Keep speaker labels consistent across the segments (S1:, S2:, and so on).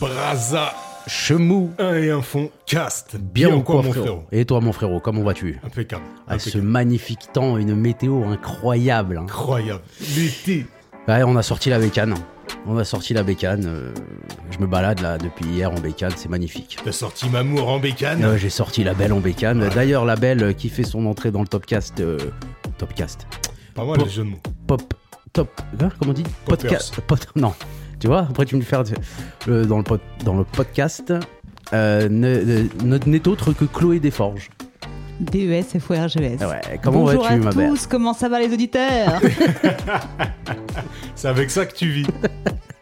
S1: Brasa
S2: Chemou.
S1: un et un fond cast.
S2: Bien ou quoi, mon frérot Et toi, mon frérot, comment vas-tu
S1: Impeccable.
S2: À ce
S1: Impeccable.
S2: magnifique temps, une météo incroyable. hein.
S1: Incroyable. L'été.
S2: Ouais, on a sorti la bécane. On a sorti la bécane. euh, je me balade là depuis hier en bécane, c'est magnifique.
S1: T'as sorti Mamour en bécane.
S2: Euh, J'ai sorti la belle en bécane. D'ailleurs, la belle euh, qui fait son entrée dans le Topcast. euh, topcast.
S1: Pas mal
S2: Bon.
S1: le jeu de mots.
S2: Pop. Top. hein, comment on dit
S1: Poppers.
S2: Podca- pod- non. Tu vois, après tu me fais euh, dans, le pod- dans le podcast. euh, ne- ne- ne- n'est autre que Chloé Desforges.
S3: DES, FORGES.
S2: Ah Ouais, comment
S3: E Bonjour
S2: vas-tu,
S3: à
S2: ma
S3: tous,
S2: belle
S3: comment ça va les auditeurs
S1: C'est avec ça que tu vis.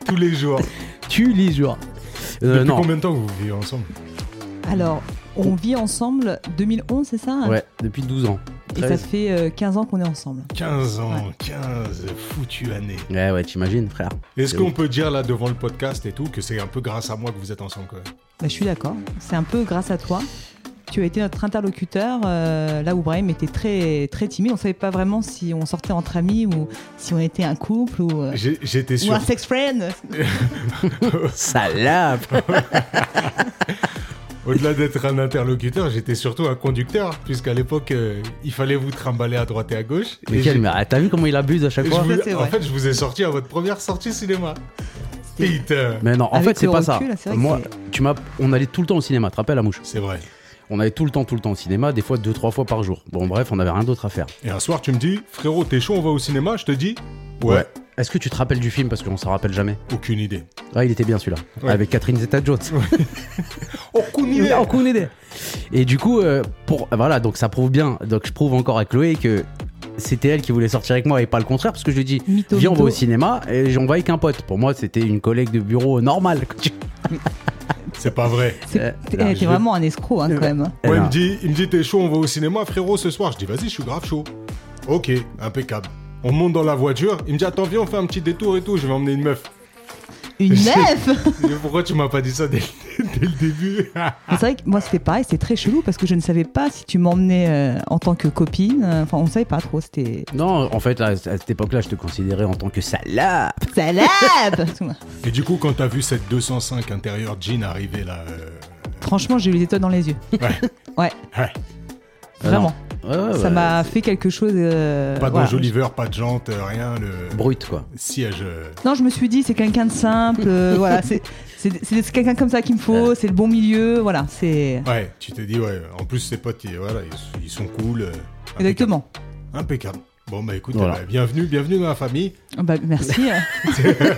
S1: Tous les jours.
S2: Tu lis, genre. Euh,
S1: Depuis
S2: non.
S1: combien de temps vous vivez ensemble
S3: Alors, on vit ensemble 2011, c'est ça
S2: Ouais, depuis 12 ans.
S3: Et ça
S2: 13.
S3: fait euh, 15 ans qu'on est ensemble.
S1: 15 ans, 15 foutues années.
S2: Ouais, ouais, t'imagines, frère.
S1: Est-ce
S2: C'est
S1: qu'on
S2: ouf.
S1: peut dire là devant le podcast et tout que c'est un peu grâce à moi que vous êtes ensemble quand même
S3: Bah, je suis d'accord, c'est un peu grâce à toi. Tu as été notre interlocuteur euh, là où Brahim était très, très timide. On savait pas vraiment si on sortait entre amis ou si on était un couple ou, euh,
S1: J'ai- J'étais
S3: ou
S1: sûr.
S3: un sex friend.
S2: Salope
S1: Au-delà d'être un interlocuteur, j'étais surtout un conducteur, puisqu'à l'époque, euh, il fallait vous trimballer à droite et à gauche.
S2: Mais
S1: Et
S2: quel
S1: j'ai-
S2: merde. Ah, T'as vu comment il abuse à chaque
S1: Je
S2: fois
S1: vous-
S3: Ça, c'est
S1: en
S3: vrai.
S1: fait, je vous ai sorti à votre première sortie cinéma. Putain.
S2: Mais non, en
S3: Avec
S2: fait, c'est
S3: le
S2: pas ça.
S3: recul, là, c'est vrai que
S2: Moi, tu m'as, on allait tout le temps au cinéma. Tu te rappelles, la mouche
S1: C'est vrai.
S2: On allait tout le temps, tout le temps au cinéma, des fois deux, trois fois par jour. Bon, bref, on avait rien d'autre à faire.
S1: Et un soir, tu me dis, frérot, t'es chaud, on va au cinéma Je te dis, ouais,
S2: Est-ce que tu te rappelles du film parce qu'on s'en rappelle jamais
S1: aucune idée.
S2: Ah, il était bien celui-là,
S1: Ouais.
S2: avec Catherine Zeta-Jones.
S1: Aucune idée
S2: Ah, aucune idée. Et du coup, euh, pour voilà, donc ça prouve bien. Donc je prouve encore à Chloé que c'était elle qui voulait sortir avec moi et pas le contraire, parce que je lui dis,
S3: Mytho,
S2: viens, on va
S3: mytho.
S2: au cinéma et j'en vais avec un pote. Pour moi, c'était une collègue de bureau normale.
S1: C'est pas vrai.
S3: C'est-
S2: Euh,
S3: t'es-
S2: là,
S3: t'es
S2: je vais-
S3: vraiment un escroc hein, quand même.
S2: Elle
S1: Moi, il
S2: a-
S1: me dit, il me dit, t'es chaud, on va au cinéma, frérot, ce soir. Je dis, vas-y, je suis grave chaud. Ok, impeccable. On monte dans la voiture. Il me dit, attends, viens, on fait un petit détour et tout. Je vais emmener une meuf.
S3: Une
S1: Je-
S3: meuf
S1: Je dis, Pourquoi tu m'as pas dit ça dès, dès le début
S3: Mais C'est vrai que moi c'était pareil, c'était très chelou parce que je ne savais pas si tu m'emmenais euh, en tant que copine. euh, Enfin, on savait pas trop. C'était
S2: Non, en fait, là, à cette époque-là, je te considérais en tant que salope.
S3: salade.
S1: Et du coup, quand t'as vu cette 205 intérieur jean arriver là. euh,
S3: Franchement, j'ai eu les étoiles dans les yeux.
S1: Ouais.
S3: Ouais,
S1: ouais.
S3: vraiment.
S2: Ouais, Ah ouais,
S3: ça
S2: ouais.
S3: m'a fait quelque chose. euh,
S1: Pas de
S3: voilà.
S1: Oliver, pas de jante, euh, rien. Le
S2: brut quoi.
S1: siège. euh,
S3: Non, je me suis dit, c'est quelqu'un de simple. euh, voilà, c'est c'est- c'est quelqu'un comme ça qu'il me faut. C'est le bon milieu. Voilà, c'est
S1: Ouais, tu t'es dit, ouais. En plus, ses potes, ils, voilà, ils, ils sont cool. euh, impeccable.
S3: exactement.
S1: Impeccable. Bon, bah écoute,
S2: Voilà.
S1: eh ben, bienvenue, bienvenue dans la famille.
S3: Ah Bah, merci. euh.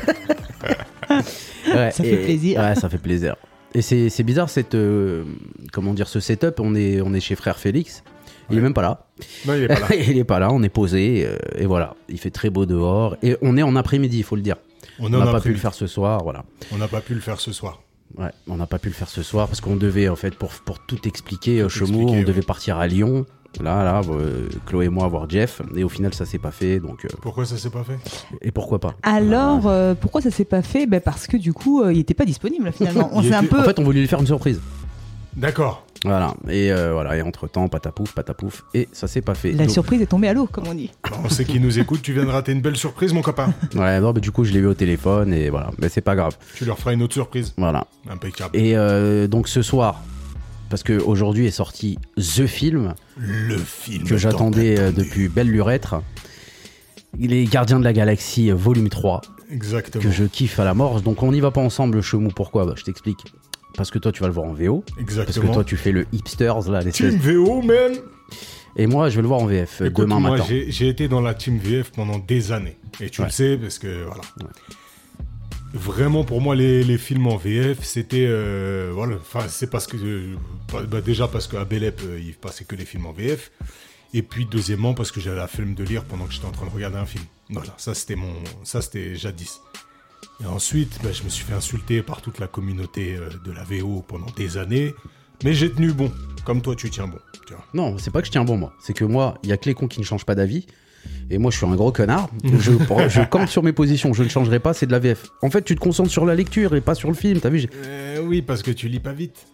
S2: Ouais,
S3: Ça fait plaisir.
S2: Ouais, ça fait plaisir. Et c'est c'est bizarre cette euh, comment dire ce setup. On est on est chez frère Félix. Il est
S1: Ouais.
S2: même pas là.
S1: Non, il est pas là.
S2: il est pas là. On est posé euh, et voilà. Il fait très beau dehors et on est en après-midi. Il faut le dire.
S1: On
S2: On
S1: en
S2: n'a
S1: a
S2: pas
S1: pris-
S2: pu le faire ce soir. Voilà.
S1: On n'a pas pu le faire ce soir.
S2: Ouais, on n'a pas pu le faire ce soir parce qu'on devait en fait pour pour tout expliquer euh,
S1: Tout
S2: Chemou,
S1: expliquer,
S2: on
S1: ouais.
S2: devait partir à Lyon. Là là, euh, Chloé et moi voir Jeff et au final ça s'est pas fait. Donc euh,
S1: Pourquoi ça s'est pas fait
S2: et pourquoi pas.
S3: Alors, euh, pourquoi ça s'est pas fait Ben parce que du coup, euh, il était pas disponible finalement. On
S1: Il
S3: s'est un
S1: était-
S3: peu.
S2: En fait, on voulait lui faire une surprise.
S1: D'accord.
S2: Voilà, et euh, voilà, et entre temps, patapouf, patapouf, et ça s'est pas fait.
S3: La
S2: Donc-
S3: surprise est tombée à l'eau, comme on dit.
S1: Bon, on sait qui nous écoute, tu viens de rater une belle surprise, mon copain.
S2: Ouais, non, mais du coup, je l'ai eu au téléphone, et voilà, mais c'est pas grave.
S1: Tu leur feras une autre surprise.
S2: Voilà.
S1: Impeccable.
S2: Et euh, donc ce soir, parce que aujourd'hui est sorti The Film,
S1: Le film.
S2: que
S1: tant
S2: j'attendais euh,
S1: attendu.
S2: depuis Belle Lurette, Les Gardiens de la Galaxie euh, volume 3,
S1: Exactement.
S2: que je kiffe à la mort. Donc on n'y va pas ensemble, Chemou, pourquoi Bah, Je t'explique. Parce que toi, tu vas le voir en VO. Parce que
S1: Exactement.
S2: toi, tu fais le hipsters, là, l'espèce.
S1: Team VO, man
S2: Et moi, je vais le voir en VF euh,
S1: Écoute,
S2: demain
S1: moi,
S2: matin.
S1: j'ai j'ai été dans la team VF pendant des années. Et tu
S2: Ouais.
S1: le sais, parce que voilà. Vraiment, pour moi, les, les films en VF, c'était. euh, voilà. Enfin, c'est parce que. euh, bah, bah, déjà, parce qu'à Belep, euh, il passait que les films en VF. Et puis, deuxièmement, parce que j'avais la flemme de lire pendant que j'étais en train de regarder un film. Voilà, ça, c'était mon. Ça, c'était jadis. Et ensuite, bah, je me suis fait insulter par toute la communauté euh, de la VO pendant des années. Mais j'ai tenu bon. Comme toi, tu tiens bon. Tu vois.
S2: Non, c'est pas que je tiens bon, moi. C'est que moi, il y a que les cons qui ne changent pas d'avis. Et moi, je suis un gros connard. Je, je campe sur mes positions. Je ne changerai pas, c'est de la VF. En fait, tu te concentres sur la lecture et pas sur le film. T'as vu j'ai-
S1: Euh, oui, parce que tu lis pas vite.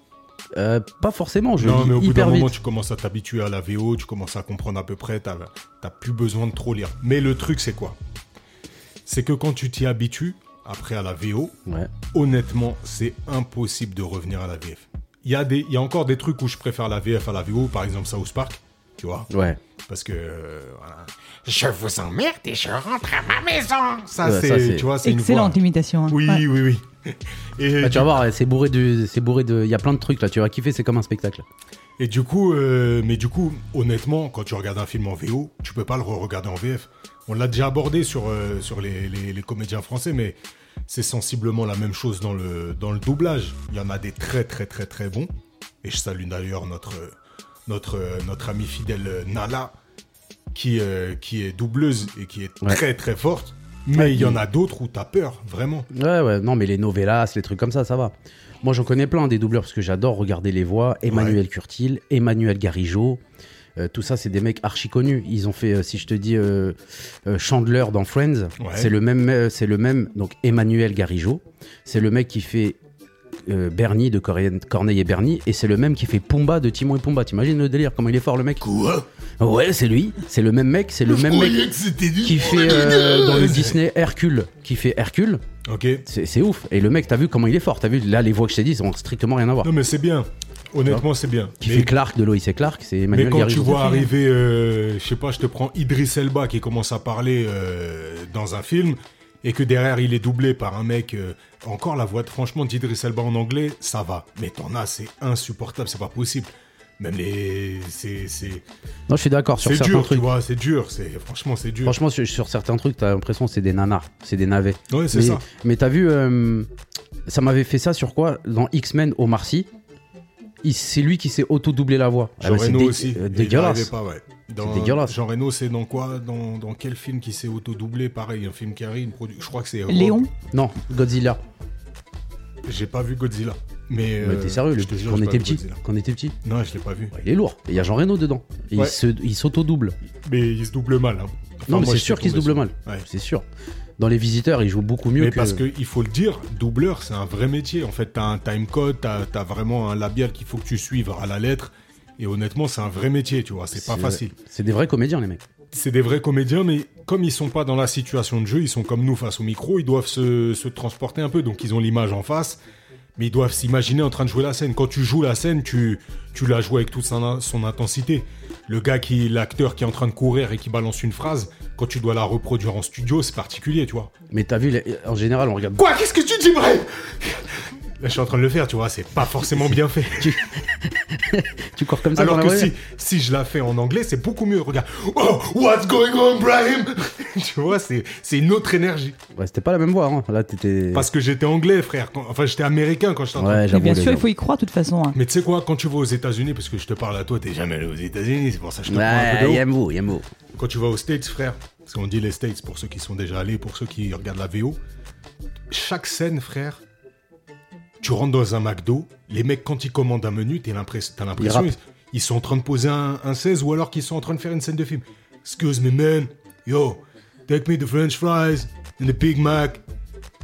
S2: Euh, Pas forcément, je
S1: non,
S2: lis
S1: mais au bout d'un
S2: hyper
S1: moment,
S2: vite.
S1: tu commences à t'habituer à la VO, tu commences à comprendre à peu près, t'as t'as plus besoin de trop lire. Mais le truc, c'est quoi C'est que quand tu t'y habitues, après à la VO.
S2: Ouais.
S1: Honnêtement, c'est impossible de revenir à la VF. Il y, a des- il y a encore des trucs où je préfère la VF à la VO, par exemple South Park, tu vois,
S2: Ouais. Bah,
S1: parce que euh, voilà.
S4: Je vous emmerde et je rentre à ma maison.
S1: ça,
S2: Ouais, ça, c'est-
S1: c'est, tu vois, c'est une voix.
S3: Excellente imitation. hein.
S1: Oui,
S3: Ouais.
S1: oui, oui. Et,
S2: Ah, tu vas voir, ouais, c'est bourré de, c'est bourré de, il y a plein de trucs là. Tu vas kiffer, c'est comme un spectacle.
S1: et du coup, euh, mais du coup, honnêtement, quand tu regardes un film en VO, tu peux pas le re-regarder en VF. On l'a déjà abordé sur euh, sur les, les- les comédiens français, mais c'est sensiblement la même chose dans le dans le doublage. Il y en a des très très très très bons. Et je salue d'ailleurs notre euh, notre euh, notre amie fidèle euh, Nala, qui euh, qui est doubleuse et qui est
S2: Ouais.
S1: très très forte. Mais il y en a d'autres où t'as peur, vraiment.
S2: Ouais, ouais, non, mais les novellas, les trucs comme ça, ça va. Moi, j'en connais plein des doubleurs parce que j'adore regarder les voix. Emmanuel Curtil, Emmanuel Garigeau, euh, tout ça, c'est des mecs archi connus. Ils ont fait, euh, si je te dis, euh, euh, Chandler dans Friends,
S1: Ouais.
S2: c'est le même, euh, c'est le même. Donc Emmanuel Garigeau, c'est le mec qui fait euh, Bernie de Corien- Corneille et Bernie, et c'est le même qui fait Pumba de Timon et Pumba. T'imagines le délire Comment il est fort le mec
S1: Quoi
S2: Ouais, c'est lui. C'est le même mec. C'est le même mec qui fait euh, dans le Disney Hercule, qui fait Hercule.
S1: Ok.
S2: C'est c'est ouf. Et le mec, t'as vu comment il est fort. T'as vu, là, les voix que je t'ai dit, ils ont strictement rien à voir.
S1: Non mais c'est bien. Honnêtement, c'est bien.
S2: Qui
S1: Mais-
S2: fait Clark de Loïs et Clark, c'est Emmanuel
S1: Mais quand tu
S2: Garrigou.
S1: vois arriver, euh, je sais pas, je te prends Idris Elba qui commence à parler euh, dans un film et que derrière il est doublé par un mec, euh, encore la voix de franchement d'Idris Elba en anglais, ça va. Mais t'en as, c'est insupportable, c'est pas possible. Même les, c'est c'est
S2: Non, je suis d'accord sur
S1: c'est
S2: certains
S1: dur,
S2: trucs.
S1: tu vois, c'est dur, c'est franchement c'est dur.
S2: Franchement, sur, sur certains trucs, t'as l'impression que c'est des nanars, c'est des navets.
S1: ouais, c'est
S2: mais
S1: ça.
S2: mais t'as vu, euh, ça m'avait fait ça sur quoi Dans X-Men, Omar Sy, il- c'est lui qui s'est auto-doublé la voix. Ah
S1: Jean
S2: bah, c'est
S1: Reno
S2: dé-
S1: aussi.
S2: euh,
S1: et il
S2: dégueulasse.
S1: arrivait pas, ouais. Dans-
S2: C'est dégueulasse.
S1: Jean Reno, c'est dans quoi dans, dans quel film qui s'est auto-doublé Pareil, un film qui arrive, une produ- je crois que c'est.
S3: Léon
S2: Non, Godzilla.
S1: J'ai pas vu Godzilla. Mais,
S2: Mais
S1: euh,
S2: t'es sérieux, le,
S1: je te jure,
S2: quand, on
S1: j'ai pas
S2: était
S1: vu
S2: petit,
S1: Godzilla.
S2: quand on était petit,
S1: Non, je l'ai pas vu.
S2: bah, il est lourd. Et il y a Jean Reno dedans. Et
S1: Ouais.
S2: il se- il s'auto-double.
S1: Mais il se double mal. hein. Enfin,
S2: non, mais
S1: moi,
S2: c'est
S1: je
S2: sûr
S1: suis
S2: qu'il se
S1: tombé
S2: double mal.
S1: sur- Ouais.
S2: C'est sûr. Dans les visiteurs, il joue beaucoup mieux
S1: Mais
S2: que.
S1: parce qu'il faut le dire, doubleur, c'est un vrai métier. En fait, t'as un time code, t'as as vraiment un labial qu'il faut que tu suives à la lettre. Et honnêtement, c'est un vrai métier, tu vois. C'est pas facile.
S2: C'est des vrais comédiens, les mecs.
S1: C'est des vrais comédiens, mais comme ils sont pas dans la situation de jeu, ils sont comme nous face au micro, ils doivent se, se transporter un peu. Donc, ils ont l'image en face, mais ils doivent s'imaginer en train de jouer la scène. Quand tu joues la scène, tu, tu la joues avec toute son, son intensité. Le gars qui, l'acteur qui est en train de courir et qui balance une phrase, quand tu dois la reproduire en studio, c'est particulier, tu vois.
S2: Mais t'as vu, les- en général, on regarde.
S1: Quoi Qu'est-ce que tu dis, bref Là, je suis en train de le faire, tu vois, c'est pas forcément bien fait.
S2: Tu cours comme ça
S1: Alors
S2: dans
S1: que
S2: la vraie
S1: si,
S2: vie
S1: si je la fais en anglais, c'est beaucoup mieux. Regarde. Oh, what's going on, Brahim Tu vois, c'est c'est une autre énergie.
S2: Ouais, c'était pas la même voix, hein. Là, t'étais.
S1: Parce que j'étais anglais, frère. Quand- enfin, j'étais américain quand je t'entends.
S2: Ouais,
S3: Mais
S2: j'avoue.
S3: bien
S2: les
S3: sûr, il
S2: gens.
S3: faut y croire de toute façon. hein.
S1: Mais tu sais quoi, quand tu vas aux États-Unis, parce que je te parle à toi, t'es jamais allé aux États-Unis, c'est pour ça que je te parle un peu de
S2: Ouais,
S1: haut.
S2: Yamou, Yamou.
S1: Quand tu vas aux States, frère, parce qu'on dit les States pour ceux qui sont déjà allés, pour ceux qui regardent la VO, chaque scène, frère, tu rentres dans un McDo, les mecs, quand ils commandent un menu, t'es l'impress- t'as l'impression
S2: Ils
S1: ils,
S2: rappent.
S1: ils sont en train de poser un, un 16 ou alors qu'ils sont en train de faire une scène de film. Excuse me, man. Yo, take me the French fries and the Big Mac.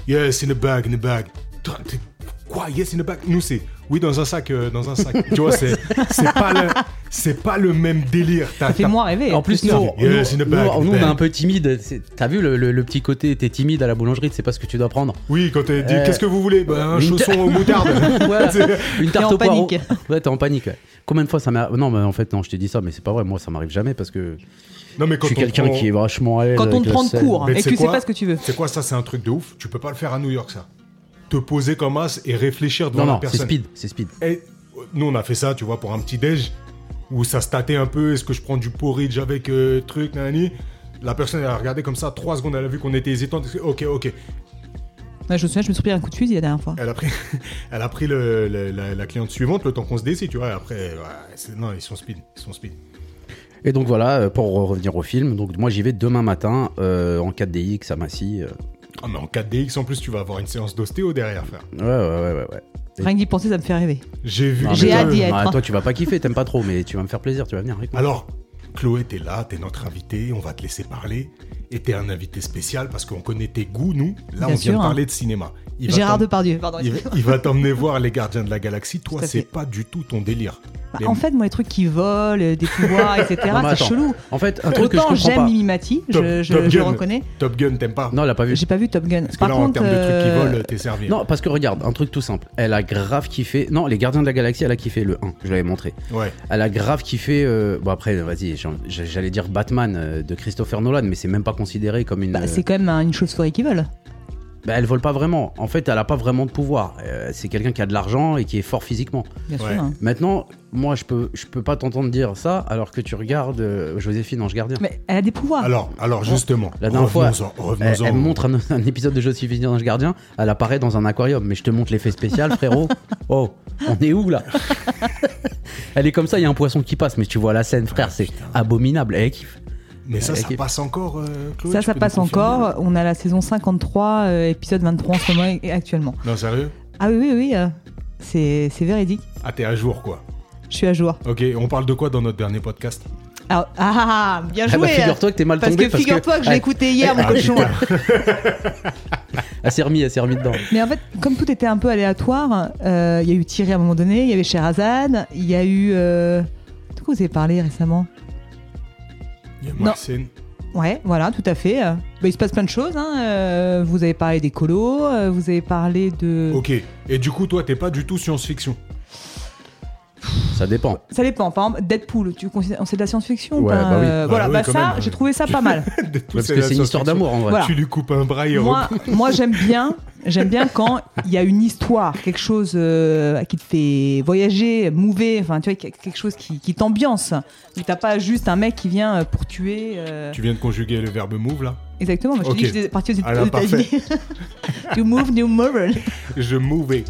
S1: Yes, in the bag, in the bag. Toi, t'es- Quoi, yes, in the bag Nous, c'est oui, dans un sac, euh, dans un sac. tu vois, c'est c'est pas, le- c'est pas le même délire. T'as-
S3: Ça fait
S1: t'as-
S3: moins rêver.
S2: En plus,
S3: c'est
S2: nous,
S3: sûr.
S2: nous,
S1: Yes, in the
S2: nous,
S1: back,
S2: nous, on est
S1: back.
S2: un peu timide. C'est- T'as vu le, le- le petit côté, t'es timide à la boulangerie, tu sais pas ce que tu dois prendre.
S1: Oui, quand t'as dit
S2: Euh,
S1: qu'est-ce que vous voulez bah, Un
S2: une
S1: chausson aux moutardes.
S2: Voilà.
S1: C'est-
S2: Une
S3: T'es
S2: tarte
S3: en
S2: au poireau.
S3: panique.
S2: Ouais, t'es en panique. ouais. Combien de fois ça m'a. Non, mais en fait, non, je t'ai dit ça, mais c'est pas vrai. Moi, ça m'arrive jamais parce que
S1: non, mais
S2: je
S1: quand
S2: suis
S1: on
S2: quelqu'un
S1: prend-
S2: qui est vachement à l'aise.
S3: Quand on
S2: avec
S3: te
S2: la
S3: prend de
S2: scène.
S3: court
S1: Mais
S3: et que
S1: tu sais
S3: tu sais
S1: quoi
S3: pas ce que tu veux.
S1: C'est quoi ça C'est un truc de ouf. Tu peux pas le faire à New York, ça. Te poser comme as et réfléchir devant
S2: Non,
S1: la
S2: non, c'est
S1: personne.
S2: speed. C'est speed.
S1: Et, euh, nous, on a fait ça, tu vois, pour un petit déj où ça se tâtait un peu. Est-ce que je prends du porridge avec euh, truc, nanani La personne, elle a regardé comme ça, trois secondes, elle a vu qu'on était hésitante. Ok, ok.
S3: Ouais, je me souviens, je me suis pris un coup de fusil la dernière fois.
S1: Elle a pris, elle a pris le- le- la, la cliente suivante le temps qu'on se décide, tu vois. et Après, ouais, c'est- non, ils sont speed. Ils sont speed.
S2: Et donc voilà, euh, pour euh, revenir au film, donc moi j'y vais demain matin euh, en 4DX à Massy. euh.
S1: Ah, mais en 4DX, en plus, tu vas avoir une séance d'ostéo derrière, frère.
S2: Ouais, ouais, ouais, ouais. ouais.
S3: Rien que d'y penser, ça me fait rêver.
S1: J'ai vu.
S2: Non,
S3: J'ai
S2: mais
S3: hâte
S2: toi-
S3: d'y être. hein.
S2: bah, toi, tu vas pas kiffer, t'aimes pas trop, mais tu vas me faire plaisir, tu vas venir avec moi.
S1: Alors, Chloé, t'es là, t'es notre invité, on va te laisser parler. Et t'es un invité spécial parce qu'on connaît tes goûts, nous. Là,
S3: Bien sûr,
S1: on vient de
S3: hein.
S1: parler de cinéma. Il va
S3: Gérard
S1: t'em-
S3: Depardieu, pardon.
S1: il,
S3: excusez-moi.
S1: il va t'emmener voir les gardiens de la galaxie. Toi,
S3: Tout à
S1: c'est
S3: fait.
S1: pas du tout ton délire.
S3: Bah,
S1: Mais-
S3: En fait, moi, les trucs qui volent, euh, des pouvoirs, etc.,
S2: Non, mais
S3: c'est
S2: attends.
S3: chelou.
S2: En fait, un truc que je
S3: Autant
S2: comprends
S3: j'aime
S2: pas.
S3: Mimimati,
S1: Top-
S3: je, je,
S1: Top
S3: je
S1: Gun.
S3: reconnais.
S1: Top Gun, t'aimes pas
S2: Non, elle a pas vu.
S3: J'ai pas vu Top Gun.
S1: Parce que
S3: Par
S1: là, en
S3: contre,
S1: termes de
S3: euh,
S1: trucs qui volent, t'es servi.
S2: Non, parce que regarde, un truc tout simple. Elle a grave kiffé. Non, les Gardiens de la Galaxie, elle a kiffé le 1. Je l'avais montré.
S1: Ouais.
S2: Elle a grave kiffé. euh, Bon, après, vas-y, j'en- j'allais dire Batman euh, de Christopher Nolan, mais c'est même pas considéré comme une.
S1: euh,
S3: bah, c'est quand même un- une chauve-souris qui vole.
S2: Bah, elle vole pas vraiment. En fait, elle a pas vraiment de pouvoir. Euh, c'est quelqu'un qui a de l'argent et qui est fort physiquement.
S3: Bien
S1: Ouais.
S3: sûr. hein.
S2: Maintenant, moi, je peux, je peux pas t'entendre dire ça alors que tu regardes euh, Joséphine Ange Gardien.
S3: Mais elle a des pouvoirs.
S1: Alors,
S3: Ah.
S1: alors justement,
S2: La dernière fois,
S1: revenons-en.
S2: Elle,
S1: revenons-en.
S2: elle montre un, un épisode de Joséphine Ange Gardien, elle apparaît dans un aquarium. Mais je te montre l'effet spécial, frérot. Oh, on est où là Elle est comme ça, il y a un poisson qui passe, mais tu vois la scène,
S1: Ah,
S2: frère, c'est abominable. Eh, Elle kiffe.
S1: Mais ça, ça
S2: Avec-
S1: passe encore, euh, Chloé,
S3: ça,
S1: tu
S3: ça
S1: peux nous
S3: passe
S1: confirmer
S3: encore. On a la saison 53, euh, épisode 23 en ce moment et- actuellement.
S1: Non, sérieux
S3: Ah oui, oui, oui. euh, c'est c'est véridique.
S1: Ah, t'es à jour, quoi.
S3: Je suis à jour.
S1: Ok, on parle de quoi dans notre dernier podcast
S3: Alors, ah, bien
S2: Ah bah,
S3: joué.
S2: figure-toi que t'es mal
S3: parce
S2: tombé.
S3: que figure-toi que, je l'ai
S2: elle-
S3: écouté hier, mon
S1: Ah,
S3: cochon.
S1: putain.
S2: Elle s'est remise, elle s'est remise dedans.
S3: Mais en fait, comme tout était un peu aléatoire, euh, il y a eu Thierry à un moment donné, il y avait Sherazade, il y a eu. Euh... De quoi vous avez parlé récemment
S1: Il y a
S3: Non.
S1: Marcène.
S3: Ouais, voilà, tout à fait. Euh, bah, il se passe plein de choses. hein. Euh, vous avez parlé des colos, euh, vous avez parlé de.
S1: Ok, et du coup, toi, t'es pas du tout science-fiction.
S2: Ça dépend.
S3: Ça dépend. Par exemple, Deadpool, tu considères c'est de la science-fiction ou
S2: Ouais,
S3: pas
S2: bah oui.
S3: Euh,
S1: Bah
S3: Voilà,
S1: oui,
S3: bah
S1: quand
S3: ça,
S1: même.
S3: j'ai trouvé ça pas mal.
S1: De tout,
S2: Parce
S1: c'est
S2: que
S1: la
S2: c'est une histoire
S1: science-fiction.
S2: d'amour en vrai.
S3: Voilà.
S1: Tu lui coupes un bras et
S3: moi,
S1: hop.
S3: moi, j'aime bien. J'aime bien quand il y a une histoire, quelque chose euh, qui te fait voyager, mouver, enfin tu vois, quelque chose qui, qui t'ambiance. Donc, T'as pas juste un mec qui vient euh, pour tuer. euh,
S1: Tu viens de conjuguer le verbe move là
S3: Exactement, moi je
S1: Ok.
S3: te dis que j'étais partie aux
S1: Ah là,
S3: États-Unis. you move, you move.
S1: Je mouvais.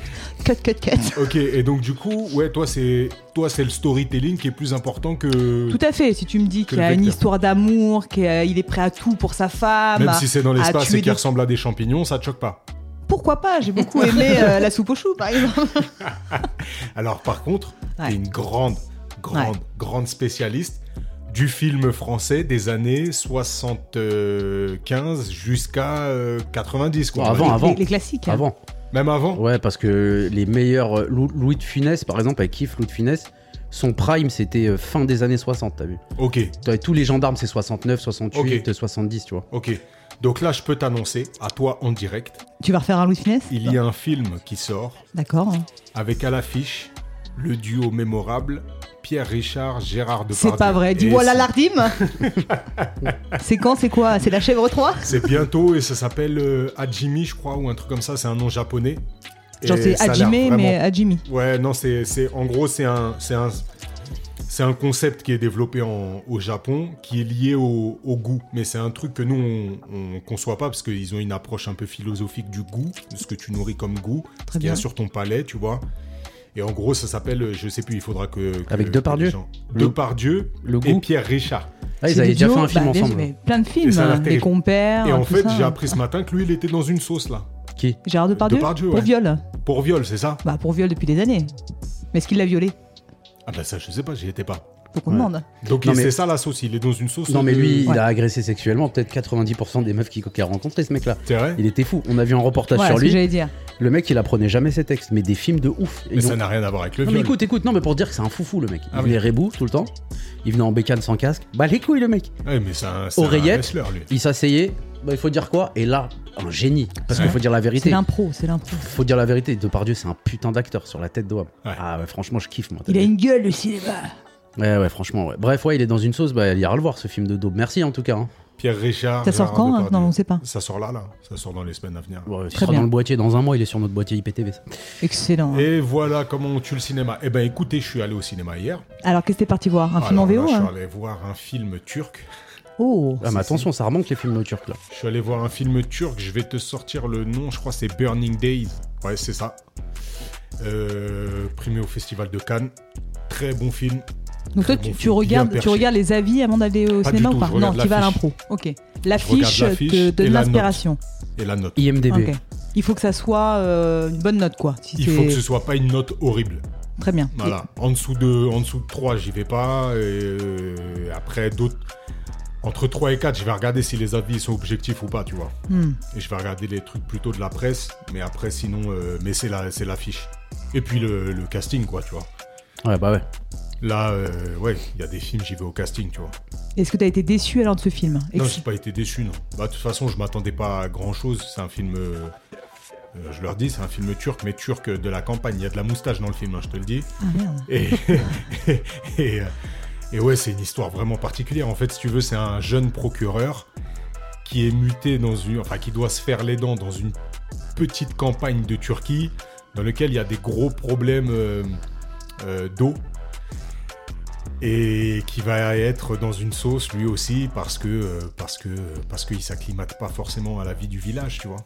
S3: Cut, cut, cut.
S1: Ok, et donc du coup, ouais, toi c'est toi c'est le storytelling qui est plus important que
S3: Tout à fait, si tu me dis qu'il y a
S1: le
S3: une
S1: vecteur.
S3: histoire d'amour, qu'il est- il est prêt à tout pour sa femme.
S1: même
S3: à-
S1: si c'est
S2: Ah,
S1: dans
S3: à
S1: l'espace
S3: tuer
S1: et qu'il
S3: des-
S1: ressemble à des champignons, ça te choque pas.
S3: Pourquoi pas J'ai beaucoup aimé euh, la soupe aux choux, par exemple.
S1: Alors par contre,
S3: Ouais.
S1: t'es une grande, grande, grande spécialiste du film français des années 75 jusqu'à euh, 90 quoi.
S2: Bon,
S1: on va dire.
S2: Avant.
S3: Les, les classiques. hein.
S2: Avant.
S1: Même avant.
S2: Ouais, parce que les meilleurs. euh, Lou- Louis de Funès, par exemple, elle kiffe Louis de Funès. Son prime, c'était euh, fin des années 60, t'as vu
S1: Ok,
S2: T'as- Tous les gendarmes, c'est 69, 68, euh, 70, tu vois.
S1: ok. Donc là, je peux t'annoncer à toi en direct,
S3: Tu vas refaire un Louis de Funès
S1: il y a un film qui sort
S3: D'accord. hein.
S1: avec à l'affiche le duo mémorable Pierre Richard Gérard Depardieu.
S3: C'est pas vrai.
S1: Et
S3: Dis-moi la
S1: c'est-
S3: lardim C'est quand C'est quoi C'est la chèvre 3
S1: C'est bientôt et ça s'appelle euh, Hajime, je crois, ou un truc comme ça. C'est un nom japonais. Et
S3: Genre c'est
S1: ça a l'air
S3: Hajime,
S1: vraiment-
S3: mais Hajimi.
S1: Ouais, non, c'est, c'est- en gros c'est un, c'est un, c'est un concept qui est développé en- au Japon, qui est lié au, au goût. Mais c'est un truc que nous on, on conçoit pas parce qu'ils ont une approche un peu philosophique du goût, de ce que tu nourris comme goût, ce qu'il y
S3: bien.
S1: a sur ton palais, tu vois. Et en gros, ça s'appelle, euh, je sais plus, il faudra que. que-
S2: Avec
S1: que
S2: Depardieu
S1: les gens-
S2: Le-
S1: Depardieu
S2: le
S1: et
S2: goût.
S1: Pierre Richard.
S2: Ah,
S3: C'est
S2: ils avaient
S3: des
S2: déjà
S3: duos,
S2: fait un film
S3: bah, des-
S2: ensemble.
S3: mais plein de films,
S1: Et ça a l'air
S3: hein, les
S1: terrible.
S2: Ah,
S3: compères.
S1: Et en
S3: tout
S1: fait,
S3: ça.
S1: j'ai appris ce matin que lui, il était dans une sauce là.
S2: Qui
S3: Gérard Depardieu,
S1: Depardieu,
S3: Pour
S1: ouais.
S3: viol.
S1: Pour viol, c'est ça
S3: Bah, pour viol depuis des années. Mais est-ce qu'il l'a violé
S1: Ah bah ça, je sais pas, j'y étais pas.
S3: Faut qu'on
S2: Ouais.
S3: demande.
S1: Donc
S2: Non,
S1: il-
S2: mais-
S1: c'est ça la sauce, il est dans une sauce.
S2: Non, mais
S1: de-
S2: lui,
S3: Ouais.
S2: il a agressé sexuellement peut-être 90% des meufs qui- qu'il a rencontré, ce mec-là.
S1: C'est vrai
S2: Il était fou. On a vu un reportage
S3: Voilà
S2: sur
S3: ce que
S2: lui.
S3: j'allais dire.
S2: Le mec, il apprenait jamais ses textes, mais des films de ouf. Et
S1: Mais
S2: ils ont-
S1: ça n'a rien à voir avec le
S2: Non, mais
S1: viol.
S2: écoute, écoute, non, mais pour dire que c'est un foufou, le mec. Il
S1: Ah oui.
S2: venait rebou tout le temps. Il venait en bécane sans casque. Bah, les couilles, le mec.
S1: Ouais, Eh, mais c'est un, c'est un
S2: Oreillette.
S1: wrestler, lui.
S2: Il s'asseyait. Bah, il faut dire quoi Et là, un génie. Parce qu'il
S1: Ouais.
S2: faut dire la
S3: C'est
S2: vérité.
S3: l'impro, c'est l'impro.
S2: Faut dire la vérité. Depardieu, c'est un putain d'acteur sur la tête d'Oam.
S1: Ouais.
S2: Ah, ouais, franchement, je kiffe, moi.
S3: Il a une gueule, le cinéma.
S2: Ouais, ouais, franchement, ouais. Bref, ouais, il est dans une sauce. Bah, il ira le voir, ce film de daube. Merci, en tout cas. hein.
S1: Pierre Richard.
S3: Ça sort
S1: Gérard
S3: quand hein
S1: Depardieu.
S3: Non, on sait pas.
S1: Ça sort là, là. Ça sort dans les semaines à venir.
S2: Ouais, il
S3: Très
S2: sera
S3: bien.
S2: dans le boîtier dans un mois. Il est sur notre boîtier IPTV. ça. Ah,
S3: Excellent.
S1: Et voilà comment on tue le cinéma. Eh ben écoutez, je suis allé au cinéma hier.
S3: Alors, qu'est-ce que t'es parti voir Un film en
S1: Ah, Alors
S3: VO
S1: là, Je suis
S3: hein
S1: allé voir un film turc.
S3: Oh
S2: Ah, mais attention, ça remonte les films turcs, là.
S1: Je suis allé voir un film turc. Je vais te sortir le nom. Je crois que c'est Burning Days. Ouais, c'est ça. Euh, primé au Festival de Cannes. Très bon film.
S3: Donc, toi,
S1: Très
S3: tu,
S1: bon
S3: tu
S1: film,
S3: regardes,
S1: bien
S3: tu
S1: perché.
S3: regardes les avis avant d'aller au
S1: Pas
S3: cinéma
S1: du
S3: ou
S1: tout,
S3: pas
S1: je
S3: Non,
S1: regarde
S3: tu vas à
S1: l'affiche.
S3: l'impro. Ok. L'affiche
S1: l'affiche
S3: te
S1: et
S3: donne
S1: la
S3: l'inspiration.
S1: Et la note.
S2: IMDB.
S3: Ok. Il faut que ça soit euh, une bonne note, quoi. Si
S1: Il faut
S3: c'est-
S1: que ce soit pas une note horrible.
S3: Très bien.
S1: Voilà. En dessous de, en dessous de 3, j'y vais pas. Et euh, après, d'autres. Entre 3 et 4, je vais regarder si les avis sont objectifs ou pas, tu vois.
S3: Hmm.
S1: Et je vais regarder les trucs plutôt de la presse. Mais après, sinon. euh, mais c'est la, c'est l'affiche. Et puis le, le casting, quoi, tu vois.
S2: Ouais, bah ouais.
S1: Là, euh, ouais, il y a des films, j'y vais au casting, tu vois.
S3: Est-ce que t'as été déçu alors de ce film
S1: Non,
S3: Ex-
S1: j'ai pas été déçu, non. Bah, de toute façon, je m'attendais pas à grand chose. C'est un film. euh, euh, je leur dis, c'est un film turc, mais turc euh, de la campagne. Il y a de la moustache dans le film, hein, je te le dis.
S3: Ah, merde.
S1: Et, et, euh, et ouais, c'est une histoire vraiment particulière. En fait, si tu veux, c'est un jeune procureur qui est muté dans une. Enfin, qui doit se faire les dents dans une petite campagne de Turquie dans laquelle il y a des gros problèmes euh, euh, d'eau. Et qui va être dans une sauce lui aussi parce que euh, parce que parce qu'il s'acclimate pas forcément à la vie du village, tu vois.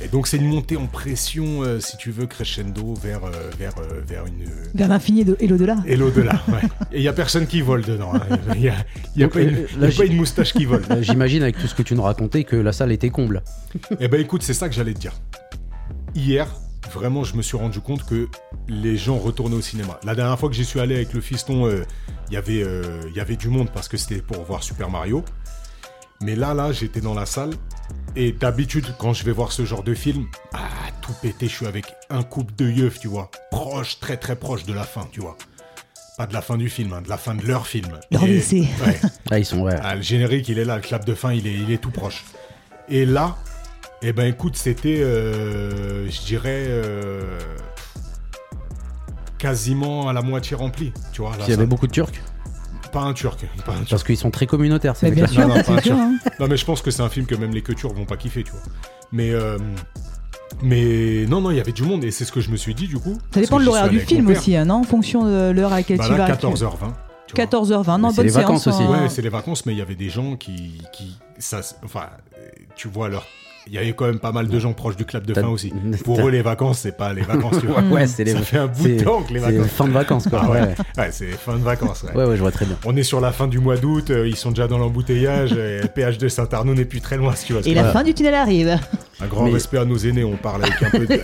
S1: Et donc c'est une montée en pression, euh, si tu veux, crescendo vers euh, vers euh, vers une
S3: Vers l'infini et de- et l'au-delà.
S1: et l'au-delà, ouais. Et il n'y a personne qui vole dedans. hein. Il n'y a, il y a
S2: Donc,
S1: pas, une,
S2: euh,
S1: il y
S2: là,
S1: a
S2: j'ai-
S1: pas une moustache qui vole.
S2: Euh, J'imagine avec tout ce que tu nous racontais que la salle était comble.
S1: Eh ben écoute, c'est ça que j'allais te dire. Hier, vraiment, je me suis rendu compte que les gens retournaient au cinéma. La dernière fois que j'y suis allé avec le fiston, euh, il y avait, euh, il y avait du monde parce que c'était pour voir Super Mario. Mais là, là, j'étais dans la salle. Et d'habitude, quand je vais voir ce genre de film, ah, tout pété, je suis avec un couple de yeufs, tu vois. Proche, très très proche de la fin, tu vois. Pas de la fin du film, hein, de la fin de leur film.
S3: Leur
S1: Et-
S3: lycée.
S1: Ouais.
S2: Là, ils sont, ouais.
S1: Ah, le générique, il est là, le clap de fin, il est, il est tout proche. Et là, eh ben écoute, c'était, euh, je dirais, euh, quasiment à la moitié rempli. Tu vois, la
S2: Il y avait
S1: salle.
S2: beaucoup de Turcs
S1: pas un turc, pas un turc.
S2: parce qu'ils sont très communautaires. ces
S3: Mais bien
S2: mecs-là.
S3: sûr,
S1: Non, non,
S3: c'est
S1: pas
S3: sûr.
S1: sûr.
S3: hein.
S1: Non, mais je pense que c'est un film que même les que turcs vont pas kiffer, tu vois. Mais, euh, mais non, non, il y avait du monde et c'est ce que je me suis dit du coup.
S3: Ça dépend de l'horaire du film aussi, hein, non En fonction de l'heure à laquelle
S1: Bah
S3: tu vas.
S1: là,
S3: tu-
S1: 14h20. tu vois.
S3: 14h20, non,
S2: Mais c'est
S3: bonne
S2: les vacances
S3: séance.
S2: aussi.
S3: hein.
S1: Ouais, c'est les vacances, mais il y avait des gens qui. qui ça, s- enfin, euh, tu vois, leur. Il y avait quand même pas mal de gens proches du club de
S2: T'as-
S1: fin aussi.
S2: t'as-
S1: Pour eux, les vacances, c'est pas les vacances, tu vois.
S2: Ouais, ouais, c'est les.
S1: Ça fait un bout
S2: c'est-
S1: de temps que les
S2: c'est
S1: vacances.
S2: Fin de vacances, quoi.
S1: Ah
S2: ouais.
S1: ouais, ouais, c'est fin de vacances. ouais.
S2: ouais, ouais, je vois très bien.
S1: On est sur la fin du mois d'août, euh, ils sont déjà dans l'embouteillage, et le PH de Saint-Arnaud n'est plus très loin, si tu vois. ce
S3: Et
S1: que-
S3: la fin du tunnel arrive.
S1: Un grand
S2: Mais-
S1: respect à nos aînés, on parle avec un peu de.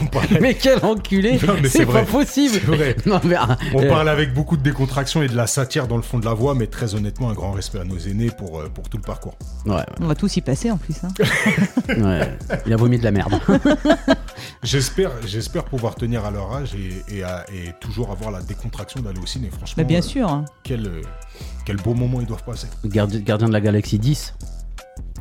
S1: on parle avec-
S2: Mais quel enculé
S1: Non, mais
S2: C'est
S1: c'est
S2: pas
S1: vrai.
S2: possible
S1: C'est vrai.
S2: Non, mais, ah,
S1: On
S2: euh,
S1: parle avec beaucoup de décontraction et de la satire dans le fond de la voix, mais très honnêtement, un grand respect à nos aînés pour, euh, pour tout le parcours.
S2: Ouais,
S3: On va tous y passer en plus. hein.
S2: ouais. Il a vomi de la merde.
S1: J'espère, j'espère pouvoir tenir à leur âge et, et à- et toujours avoir la décontraction d'aller au ciné. Franchement,
S3: Mais bien
S1: euh,
S3: sûr. hein.
S1: quel, euh, quel beau moment ils doivent passer.
S2: Gardien, gardien de la galaxie 10.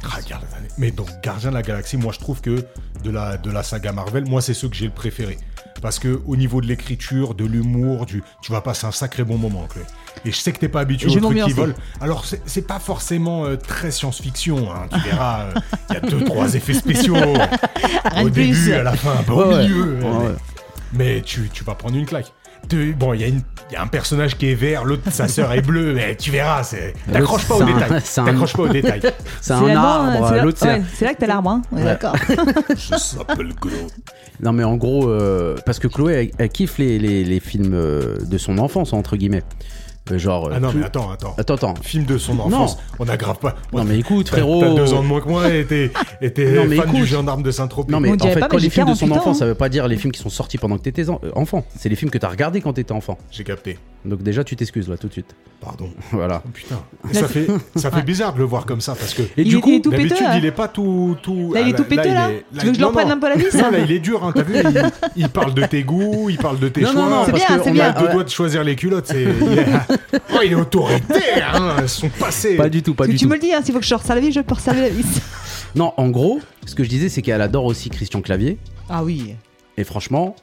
S1: Ah, Gardien de la- Mais donc, Gardien de la Galaxie, moi je trouve que de la, de la saga Marvel, moi c'est ceux que j'ai le préféré. Parce que au niveau de l'écriture, de l'humour, du, tu vas passer un sacré bon moment, Chloé. Et je sais que t'es pas habitué
S3: Je
S1: aux
S3: vais
S1: trucs qui
S3: m'ambiancer.
S1: volent. Alors c'est c'est pas forcément euh, très science-fiction. hein, Tu verras, il y a deux trois effets spéciaux
S3: Rien
S1: au
S3: de
S1: début,
S3: plus.
S1: à la fin, un peu
S2: Ouais,
S1: au
S2: ouais.
S1: milieu.
S2: Ouais,
S1: euh,
S2: ouais.
S1: Mais tu, tu vas prendre une claque. Tu- bon, il y, a une- il y a un personnage qui est vert, l'autre, sa sœur est bleue, mais tu verras, c'est- t'accroches pas,
S2: c'est
S1: au
S2: un-
S1: détail.
S2: c'est un-
S1: T'accroches pas au détail.
S2: C'est
S3: C'est
S2: un
S3: là-dedans, hein,
S2: arbre,
S3: c'est là-
S2: l'autre c'est un-
S3: ouais, C'est là que t'as l'arbre, hein. On est d'accord.
S1: Je s'appelle Groot.
S2: Non mais en gros, euh, parce que Chloé, elle, elle kiffe les, les- les films euh, de son enfance, entre guillemets. Euh, genre... euh,
S1: Ah non,
S2: tout-
S1: mais attends, attends.
S2: Attends, attends.
S1: Film de son enfance, on n'aggrave pas.
S2: Non mais écoute
S1: T'as t'as
S2: frérot...
S1: deux ans de moins que moi et t'es et t'es
S2: Non, mais
S1: fan
S2: écoute.
S1: du gendarme de Saint-Tropez.
S2: Non mais
S3: On
S2: en
S3: dirait
S2: fait,
S3: pas, mais
S2: quand
S3: j'ai
S2: les films de son
S3: 48 ans,
S2: enfance, ça
S3: hein.
S2: veut pas dire les films qui sont sortis pendant que t'étais en- euh, enfant. C'est les films que t'as regardés quand t'étais enfant.
S1: J'ai capté.
S2: Donc déjà, tu t'excuses là tout de suite.
S1: Pardon.
S2: Voilà.
S1: Oh, putain. Ça fait, ça fait bizarre de le voir comme ça parce que.
S2: Et
S3: Il
S2: du
S3: était
S2: coup,
S3: tout péteux,
S1: D'habitude,
S3: hein.
S1: il est pas tout. tout...
S3: Là, il est
S1: Ah,
S3: tout péteux, là Tu veux que je
S1: non,
S3: leur prenne
S1: non.
S3: un peu la vis
S1: Non, là, il est dur, hein, t'as vu il, il parle de tes goûts, il parle de tes
S2: Non,
S1: choix.
S2: non, non,
S3: C'est
S2: parce
S3: bien,
S2: que
S3: c'est
S2: on
S1: Il
S2: a-
S1: a deux
S2: ouais.
S1: doigts de choisir les culottes. c'est- Il est, oh, il est autoritaire, hein, son passé.
S2: Pas du tout, pas
S3: Parce que
S2: du
S3: tu
S2: tout.
S3: me le dis, hein, s'il faut que je sorte ça la vie, je pars ça la vie.
S2: Non, en gros, ce que je disais, c'est qu'elle adore aussi Christian Clavier.
S3: Ah oui.
S2: Et franchement,